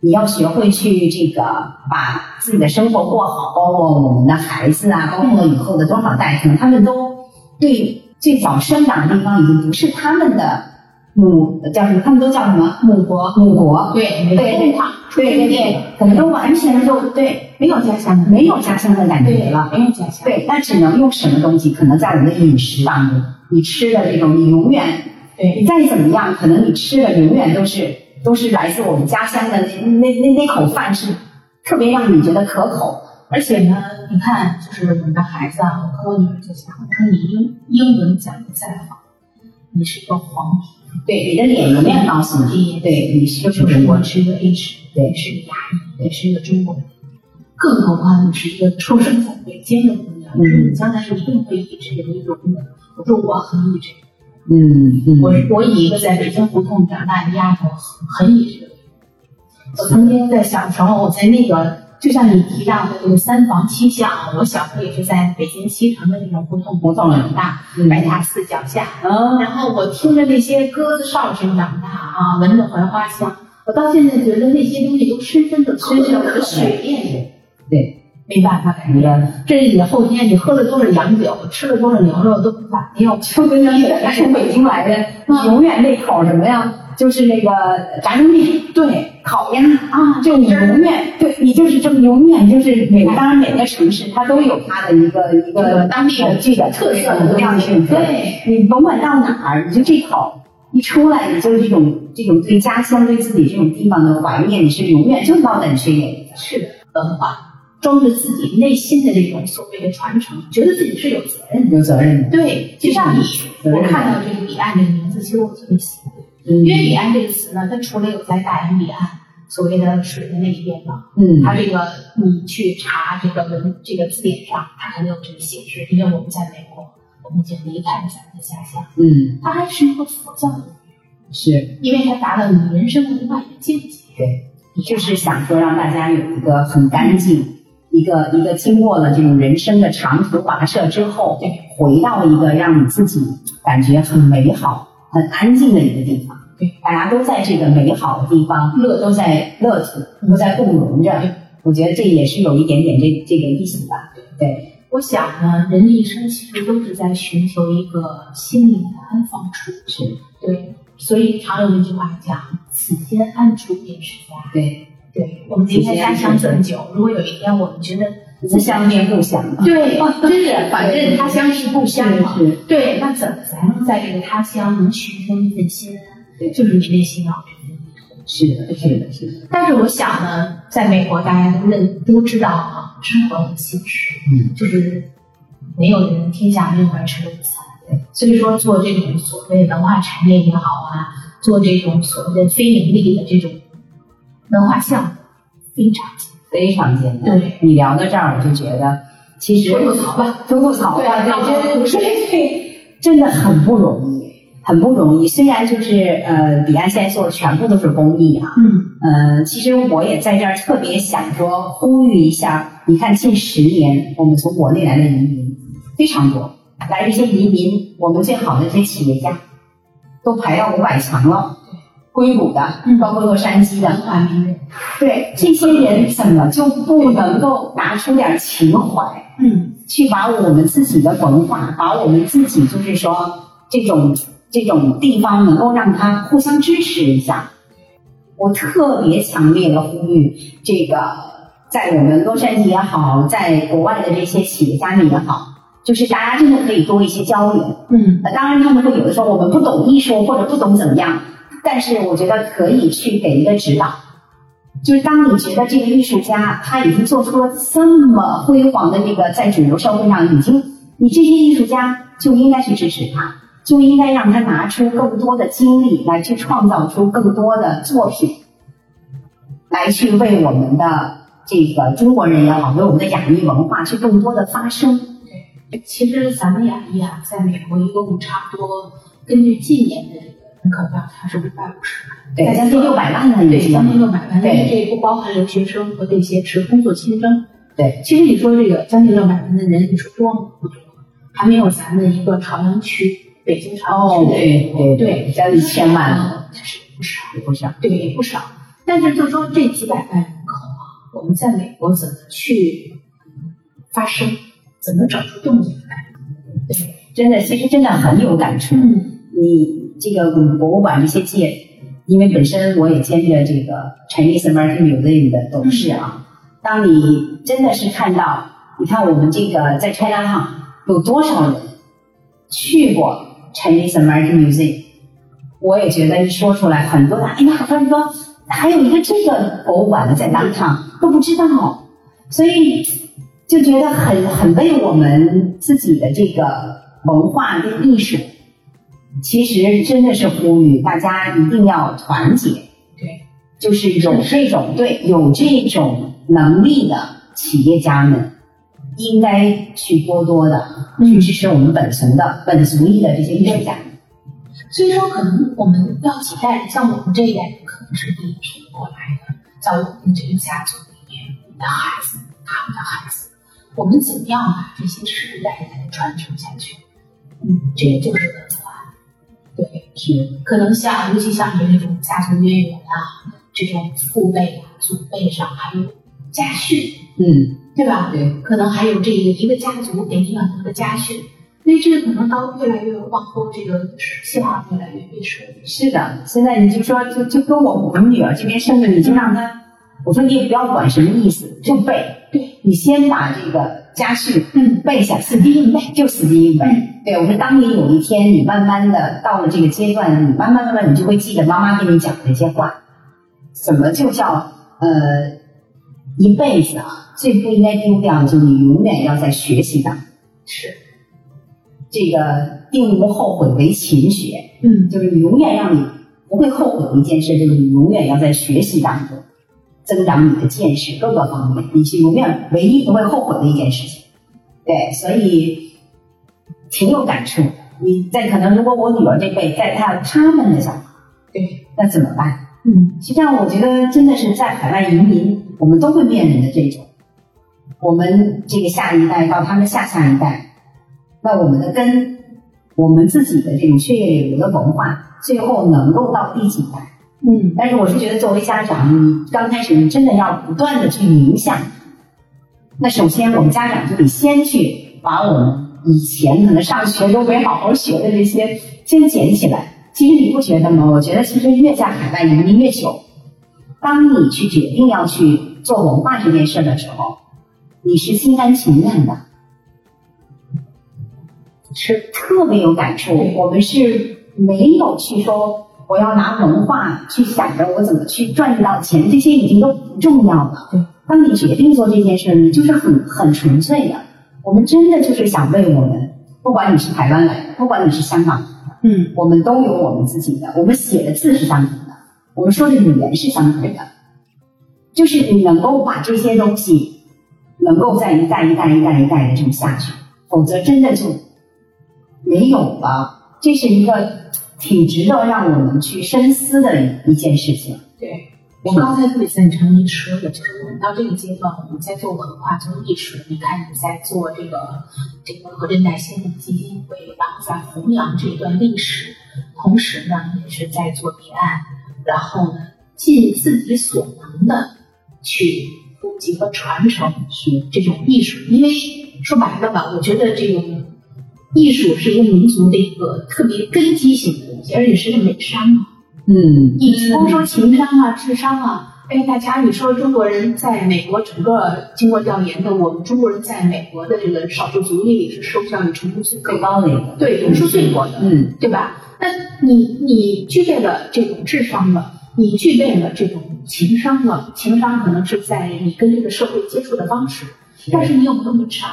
Speaker 3: 你要学会去这个把自己的生活过好，包括我们的孩子啊，包括以后的多少代，可能他们都对最早生长的地方已经不是他们的母叫什么，他们都叫什么
Speaker 2: 母国
Speaker 3: 母国。
Speaker 2: 对没
Speaker 3: 对
Speaker 2: 对抗，
Speaker 3: 对对对，可能都完全就对
Speaker 2: 没有家乡的，
Speaker 3: 没有家乡的感觉
Speaker 2: 对
Speaker 3: 了。
Speaker 2: 没有家乡，
Speaker 3: 对，那只能用什么东西？可能在我们的饮食当中，你吃的这种，你永远
Speaker 2: 对
Speaker 3: 你再怎么样，可能你吃的永远都是都是来自我们家乡的那那那那口饭是特别让你觉得可口。
Speaker 2: 而且呢，你看，就是我们的孩子啊，我跟我女儿就讲，我说你英英文讲的再好，你是个黄皮
Speaker 3: 对，你的脸永远告诉你，对你是就是中国
Speaker 2: 我
Speaker 3: 人。
Speaker 2: 是一个 H，
Speaker 3: 对
Speaker 2: 也是一个牙医，也是一个中国人。更何况你是一个出生在北京的姑娘，
Speaker 3: 嗯
Speaker 2: 你将来一定会一直有一种，我说我很一直，
Speaker 3: 嗯嗯，
Speaker 2: 我我以一个在北京胡同长大的丫头很很以这个。我曾经在小时候，我在那个就像你提到的那个三坊七巷，我小时候也是在北京西城的那种胡同胡同长大，白塔寺脚下。
Speaker 3: 啊，
Speaker 2: 然后我听着那些鸽子哨声长大啊，闻着槐花香，我到现在觉得那些东西都深深的刻在我的血液里，
Speaker 3: 对，
Speaker 2: 没办法改变。
Speaker 3: 明白了。
Speaker 2: 这是你后天你喝了多少洋酒，吃了多少牛肉都咋没有？
Speaker 3: 就跟你本来从北京来的，永远那口什么呀？就是那个炸猪面，对，烤鸭啊，就你永远对你就是这么永远就是每当然每个城市它都有它的一个一个
Speaker 2: 当地的
Speaker 3: 具的特色的样去，
Speaker 2: 对，
Speaker 3: 你甭管到哪儿，你就这口一出来，你就是这种这种对家乡、对自己这种地方的怀念，你是永远就烙在你血液里的。
Speaker 2: 是的，文化装着自己内心的这种所谓的传承，觉得自己是有责任的。
Speaker 3: 有责任的，
Speaker 2: 对，就像你，我看到这个“彼岸”这个名字，其实我特别喜欢，
Speaker 3: 嗯
Speaker 2: 因为“彼岸”这个词呢，它除了有在大洋彼岸所谓的水的那一边呢，
Speaker 3: 嗯
Speaker 2: 它这个你去查这个文这个字典上，它还没有这个形式，因为我们在美国，我们已经离开了咱们的家乡，
Speaker 3: 嗯，
Speaker 2: 它还是一个佛教的，
Speaker 3: 是
Speaker 2: 因为它达到你人生的另外一个境界。
Speaker 3: 对，就是想说让大家有一个很干净，一个一个经过了这种人生的长途跋涉之后，回到一个让你自己感觉很美好、很安静的一个地方。
Speaker 2: 对，
Speaker 3: 大家都在这个美好的地方，乐都在乐土，都在共荣着
Speaker 2: 对。
Speaker 3: 我觉得这也是有一点点这这个意思吧。对，
Speaker 2: 我想呢，人的一生其实都是在寻求一个心灵的安放处。
Speaker 3: 是，
Speaker 2: 对，所以常有一句话讲“此间暗处便是家
Speaker 3: 对，”。
Speaker 2: 对，我们离开家乡这么久，如果有一天我们觉得
Speaker 3: 思乡念故乡嘛。
Speaker 2: 嗯对，哦真是反正他乡是故乡嘛。
Speaker 3: 是，
Speaker 2: 对，那怎么才能在这个他乡能寻求一份心
Speaker 3: 对
Speaker 2: 安？就是你内心要有这份依托。
Speaker 3: 是的，是的，是的，
Speaker 2: 但是我想呢，在美国大家都认都知道啊，生活很现实，
Speaker 3: 嗯，
Speaker 2: 就是没有人天下没有人吃的午餐。所以说，做这种所谓文化产业也好啊，做这种所谓的非盈利的这种文化项目，非常
Speaker 3: 非常简单。
Speaker 2: 对
Speaker 3: 你聊到这儿，我就觉得其实
Speaker 2: 吐槽吧，
Speaker 3: 吐吐槽吧，
Speaker 2: 对啊
Speaker 3: 对，真对对，真的很不容易，很不容易。虽然就是呃，彼岸现在做的全部都是公益啊，
Speaker 2: 嗯
Speaker 3: 呃，其实我也在这儿特别想说呼吁一下，你看近十年我们从国内来的移民非常多，来这些移民，我们最好的这些企业家都排到五百强了，硅谷的
Speaker 2: 嗯，
Speaker 3: 包括洛杉矶的，
Speaker 2: 文化名人，
Speaker 3: 对这些人怎么就不能够拿出点情怀，
Speaker 2: 嗯
Speaker 3: 去把我们自己的文化，把我们自己就是说这种这种地方能够让它互相支持一下。我特别强烈的呼吁，这个在我们洛杉矶也好，在国外的这些企业家们也好，就是大家真的可以多一些交流。
Speaker 2: 嗯，
Speaker 3: 呃，当然他们会有的时候我们不懂艺术或者不懂怎么样，但是我觉得可以去给一个指导。就是当你觉得这个艺术家他已经做出了这么辉煌的这个在主流社会上已经，你这些艺术家就应该去支持他，就应该让他拿出更多的精力来去创造出更多的作品，来去为我们的这个中国人也好，为我们的亚裔文化去更多的发声。
Speaker 2: 其实咱们雅艺啊，在美国一共差不多，根据近年的这个人口调查是五百五十万，
Speaker 3: 对，将近六百万了已
Speaker 2: 对，
Speaker 3: 经。
Speaker 2: 将近六百万，但
Speaker 3: 对
Speaker 2: 是这不包含留学生和这些持工作签证。
Speaker 3: 对，
Speaker 2: 其实你说这个将近六百万的人，你说多吗？不多，还没有咱们的一个朝阳区、北京朝阳
Speaker 3: 哦，
Speaker 2: 区
Speaker 3: 对对
Speaker 2: 对，
Speaker 3: 将近一千万了，
Speaker 2: 嗯，但是不少，
Speaker 3: 也不少。
Speaker 2: 对，也不少。但是就说这几百万人口啊，我们在美国怎么去发声，怎么找出动力来？
Speaker 3: 真的，其实真的很有感触。
Speaker 2: 嗯
Speaker 3: 你这个古博物馆这些界，因为本身我也兼着这个 Chinese American Museum 的董事啊。当你真的是看到，你看我们这个在 China Town 有多少人去过 Chinese American Museum，我也觉得一说出来，很多人哎呀，他们说还有一个这个博物馆呢，在当场都不知道，所以就觉得很很为我们自己的这个文化跟艺术，其实真的是呼吁大家一定要团结，
Speaker 2: 对，
Speaker 3: 就是有这种对有这种能力的企业家们，应嗯该去多多的去支持我们本族的本族裔的这些艺术家。
Speaker 2: 所以说，可能我们要几代人，像我们这一代人，可能是第一批过来的，在我们这个家族里面，你的孩子，他们的孩子，我们怎么样把这些世代来传承下去？嗯，这就是文化。对，
Speaker 3: 是
Speaker 2: 可能像尤其像是那种家族渊源啊，这种父辈啊、祖辈上，还有家训，
Speaker 3: 嗯
Speaker 2: 对吧？
Speaker 3: 对
Speaker 2: 可能还有这一个家族给你很多的家训，所以这个可能到越来越往后，这个信号越来越越深。
Speaker 3: 是的，现在你就说，就就跟我我们女儿这边生的，你就让她，我说你也不要管什么意思，就背。
Speaker 2: 对，
Speaker 3: 你先把这个家训
Speaker 2: 嗯
Speaker 3: 背下，死记硬背，就死记硬背
Speaker 2: 嗯。
Speaker 3: 对，我说，当你有一天你慢慢的到了这个阶段，你慢慢慢慢，你就会记得妈妈跟你讲的那些话。怎么就叫呃一辈子啊？最不应该丢掉，就你永远要在学习当中。
Speaker 2: 是，
Speaker 3: 这个定无后悔为勤学。
Speaker 2: 嗯，
Speaker 3: 就是你永远让你不会后悔的一件事，就是你永远要在学习当中增长你的见识，各个方面，你是永远唯一不会后悔的一件事情。对，所以挺有感触。你在可能如果我女儿这辈再看他们的想法，
Speaker 2: 对，
Speaker 3: 那怎么办？
Speaker 2: 嗯，
Speaker 3: 实际上，我觉得真的是在海外移民，我们都会面临的这种，我们这个下一代到他们下下一代，那我们的根，我们自己的这种血液里流的文化，最后能够到第几代？
Speaker 2: 嗯，
Speaker 3: 但是我是觉得，作为家长，你刚开始你真的要不断的去影响。那首先，我们家长就得先去把我们以前可能上学都没好好学的这些先捡起来。其实你不觉得吗？我觉得其实越在海外移民越久，当你去决定要去做文化这件事的时候，你是心甘情愿的。
Speaker 2: 是，
Speaker 3: 特别有感触
Speaker 2: 对。
Speaker 3: 我们是没有去说我要拿文化去想着我怎么去赚到钱，这些已经都不重要了
Speaker 2: 对。
Speaker 3: 当你决定做这件事，你就是很很纯粹的。我们真的就是想为我们，不管你是台湾来的，不管你是香港来的，
Speaker 2: 嗯，
Speaker 3: 我们都有我们自己的，我们写的字是相同的，我们说的语言是相同的，就是你能够把这些东西能够在一代一代一代一代的这么下去，否则真的就没有了。这是一个挺值得让我们去深思的一件事情。
Speaker 2: 对。我刚才特别赞成您说的，就是我们到这个阶段，我们在做文化、做艺术。你看你在做这个这个何振代先人基金会，然后在弘扬这段历史，同时呢，也是在做提案，然后呢，尽自己所能的去普及和传承
Speaker 3: 是
Speaker 2: 这种艺术，因为说白了吧，我觉得这个艺术是一个民族的一个特别根基性的东西，而且是个美商嘛。
Speaker 3: 嗯，
Speaker 2: 你光说情商啊、智商啊，哎，大家你说中国人在美国整个经过调研的，我们中国人在美国的这个少数族裔里是受教育程度最高的，
Speaker 3: 最高的一个，
Speaker 2: 对，人数最多的，
Speaker 3: 嗯，
Speaker 2: 对吧？那你你具备了这种智商了，你具备了这种情商了，情商可能是在你跟这个社会接触的方式，但是你有没有美商？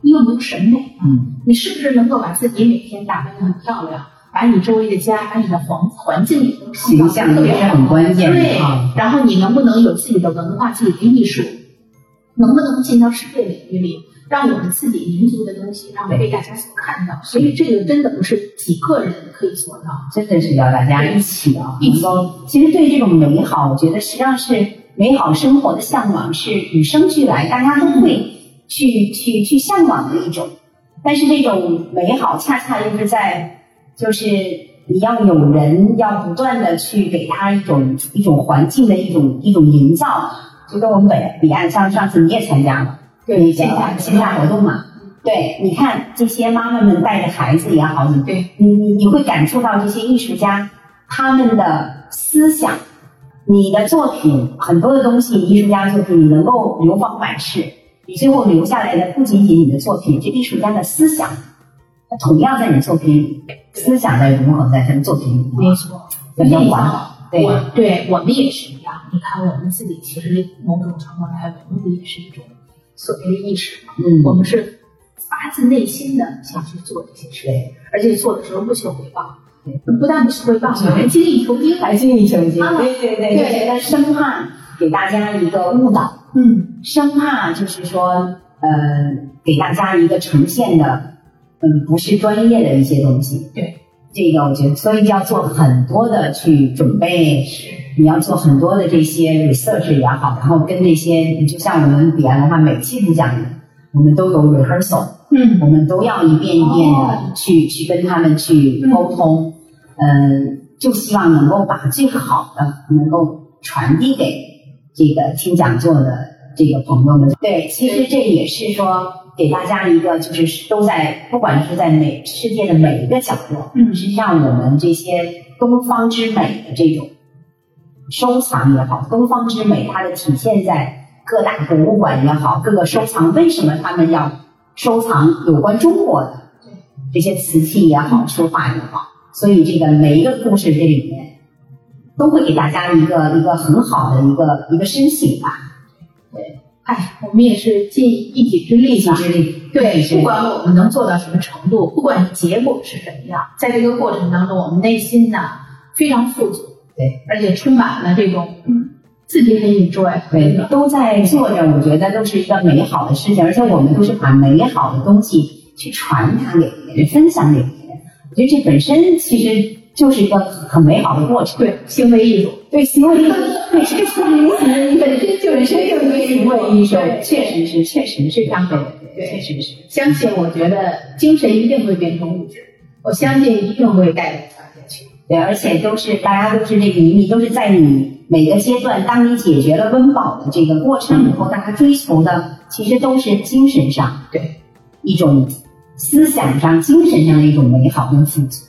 Speaker 2: 你有没有审美？
Speaker 3: 嗯，
Speaker 2: 你是不是能够把自己每天打扮得很漂亮，把你周围的家，把你的环环境也都创造
Speaker 3: 形
Speaker 2: 得
Speaker 3: 象
Speaker 2: 特
Speaker 3: 也
Speaker 2: 别
Speaker 3: 是
Speaker 2: 好？
Speaker 3: 很关键
Speaker 2: 对
Speaker 3: 的啊。，
Speaker 2: 然后你能不能有自己的文化、自己的艺术，能不能进到世界领域里，让我们自己民族的东西，让被大家所看到？所以这个真的不是几个人可以做到。
Speaker 3: 真的是要大家一起啊，
Speaker 2: 一
Speaker 3: 能
Speaker 2: 起
Speaker 3: 够其实对这种美好，我觉得实际上是美好生活的向往是与生俱来，大家都
Speaker 2: 嗯
Speaker 3: 会去去去向往的一种。但是这种美好恰恰又是在，就是你要有人要不断的去给他一种一种环境的一种一种营造，就跟我们北彼岸上上次你也参加了，
Speaker 2: 对
Speaker 3: 线下线下活动嘛。对，你看这些妈妈们带着孩子也好，你
Speaker 2: 对
Speaker 3: 你你你会感触到这些艺术家他们的思想，你的作品很多的东西，艺术家作品你能够流芳百世，你最后留下来的不仅仅你的作品，这艺术家的思想，它同样在你作品里，思想在融合在他的作品里，
Speaker 2: 没错，
Speaker 3: 怎么管好？对，
Speaker 2: 我对我们也是一样。你看，我们自己其实某种程度来说，文物也是一种所谓的意识嘛。我
Speaker 3: 嗯，
Speaker 2: 们是发自内心的想去做这些事情，
Speaker 3: 对，
Speaker 2: 而且做的时候不求回报
Speaker 3: 对，
Speaker 2: 不但不求回报，我还精益求精。
Speaker 3: 还精益求精，
Speaker 2: 啊
Speaker 3: 对对对，
Speaker 2: 对
Speaker 3: 就觉得生怕给大家一个误导。
Speaker 2: 嗯，
Speaker 3: 生怕就是说，呃，给大家一个呈现的，嗯，不是专业的一些东西。
Speaker 2: 对，
Speaker 3: 这个我觉得，所以要做很多的去准备，你要做很多的这些 research 也好，然后跟这些，就像我们彼岸文化每期不讲，我们都有 rehearsal，
Speaker 2: 嗯
Speaker 3: 我们都要一遍一遍
Speaker 2: 哦
Speaker 3: 的去、去跟他们去沟通，嗯、就希望能够把最好的能够传递给这个听讲座的这个朋友们。对，其实这也是说给大家一个，就是都在不管是在每世界的每一个角落，
Speaker 2: 嗯
Speaker 3: 实际上我们这些东方之美的这种收藏也好，东方之美它的体现在各大博物馆也好，各个收藏为什么他们要收藏有关中国的这些瓷器也好，书画也好，所以这个每一个故事这里面。都会给大家一个一个很好的一个一个申请吧，
Speaker 2: 哎，我们也是尽一己之力吧。
Speaker 3: 之力。
Speaker 2: 对，
Speaker 3: 是
Speaker 2: 不管我们能做到什么程度，不管结果是什么样，在这个过程当中，我们内心呢非常富足，
Speaker 3: 对，
Speaker 2: 而且充满了这种嗯自己很 enjoy 和那
Speaker 3: 对
Speaker 2: 个，
Speaker 3: 都在做着，我觉得都是一个美好的事情，而且我们都是把美好的东西去传达给别人，分享给别人。我觉得这本身其实就是一个很美好的过程。
Speaker 2: 对行为艺术。
Speaker 3: 对，行为艺术，对，这个行为本身就是行为行为艺术，确实是，确实是这样的，确实是。
Speaker 2: 相信我觉得精神一定会变成物质，我相信一定会带领传下去。
Speaker 3: 对，而且都是大家都是这个你，你都是在你每个阶段，当你解决了温饱的这个过程以后，大家追求的其实都是精神上
Speaker 2: 对
Speaker 3: 一种思想上、精神上的一种美好跟富足，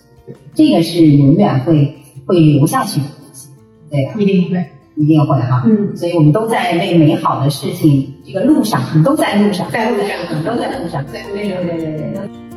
Speaker 3: 这个是永远会会留下去的东西。对呀、
Speaker 2: 一定会。
Speaker 3: 一定会哈、
Speaker 2: 嗯，
Speaker 3: 所以我们都在为美好的事情这个路上，我们都在路上，
Speaker 2: 在路上
Speaker 3: 我们都在路上。对对对对对。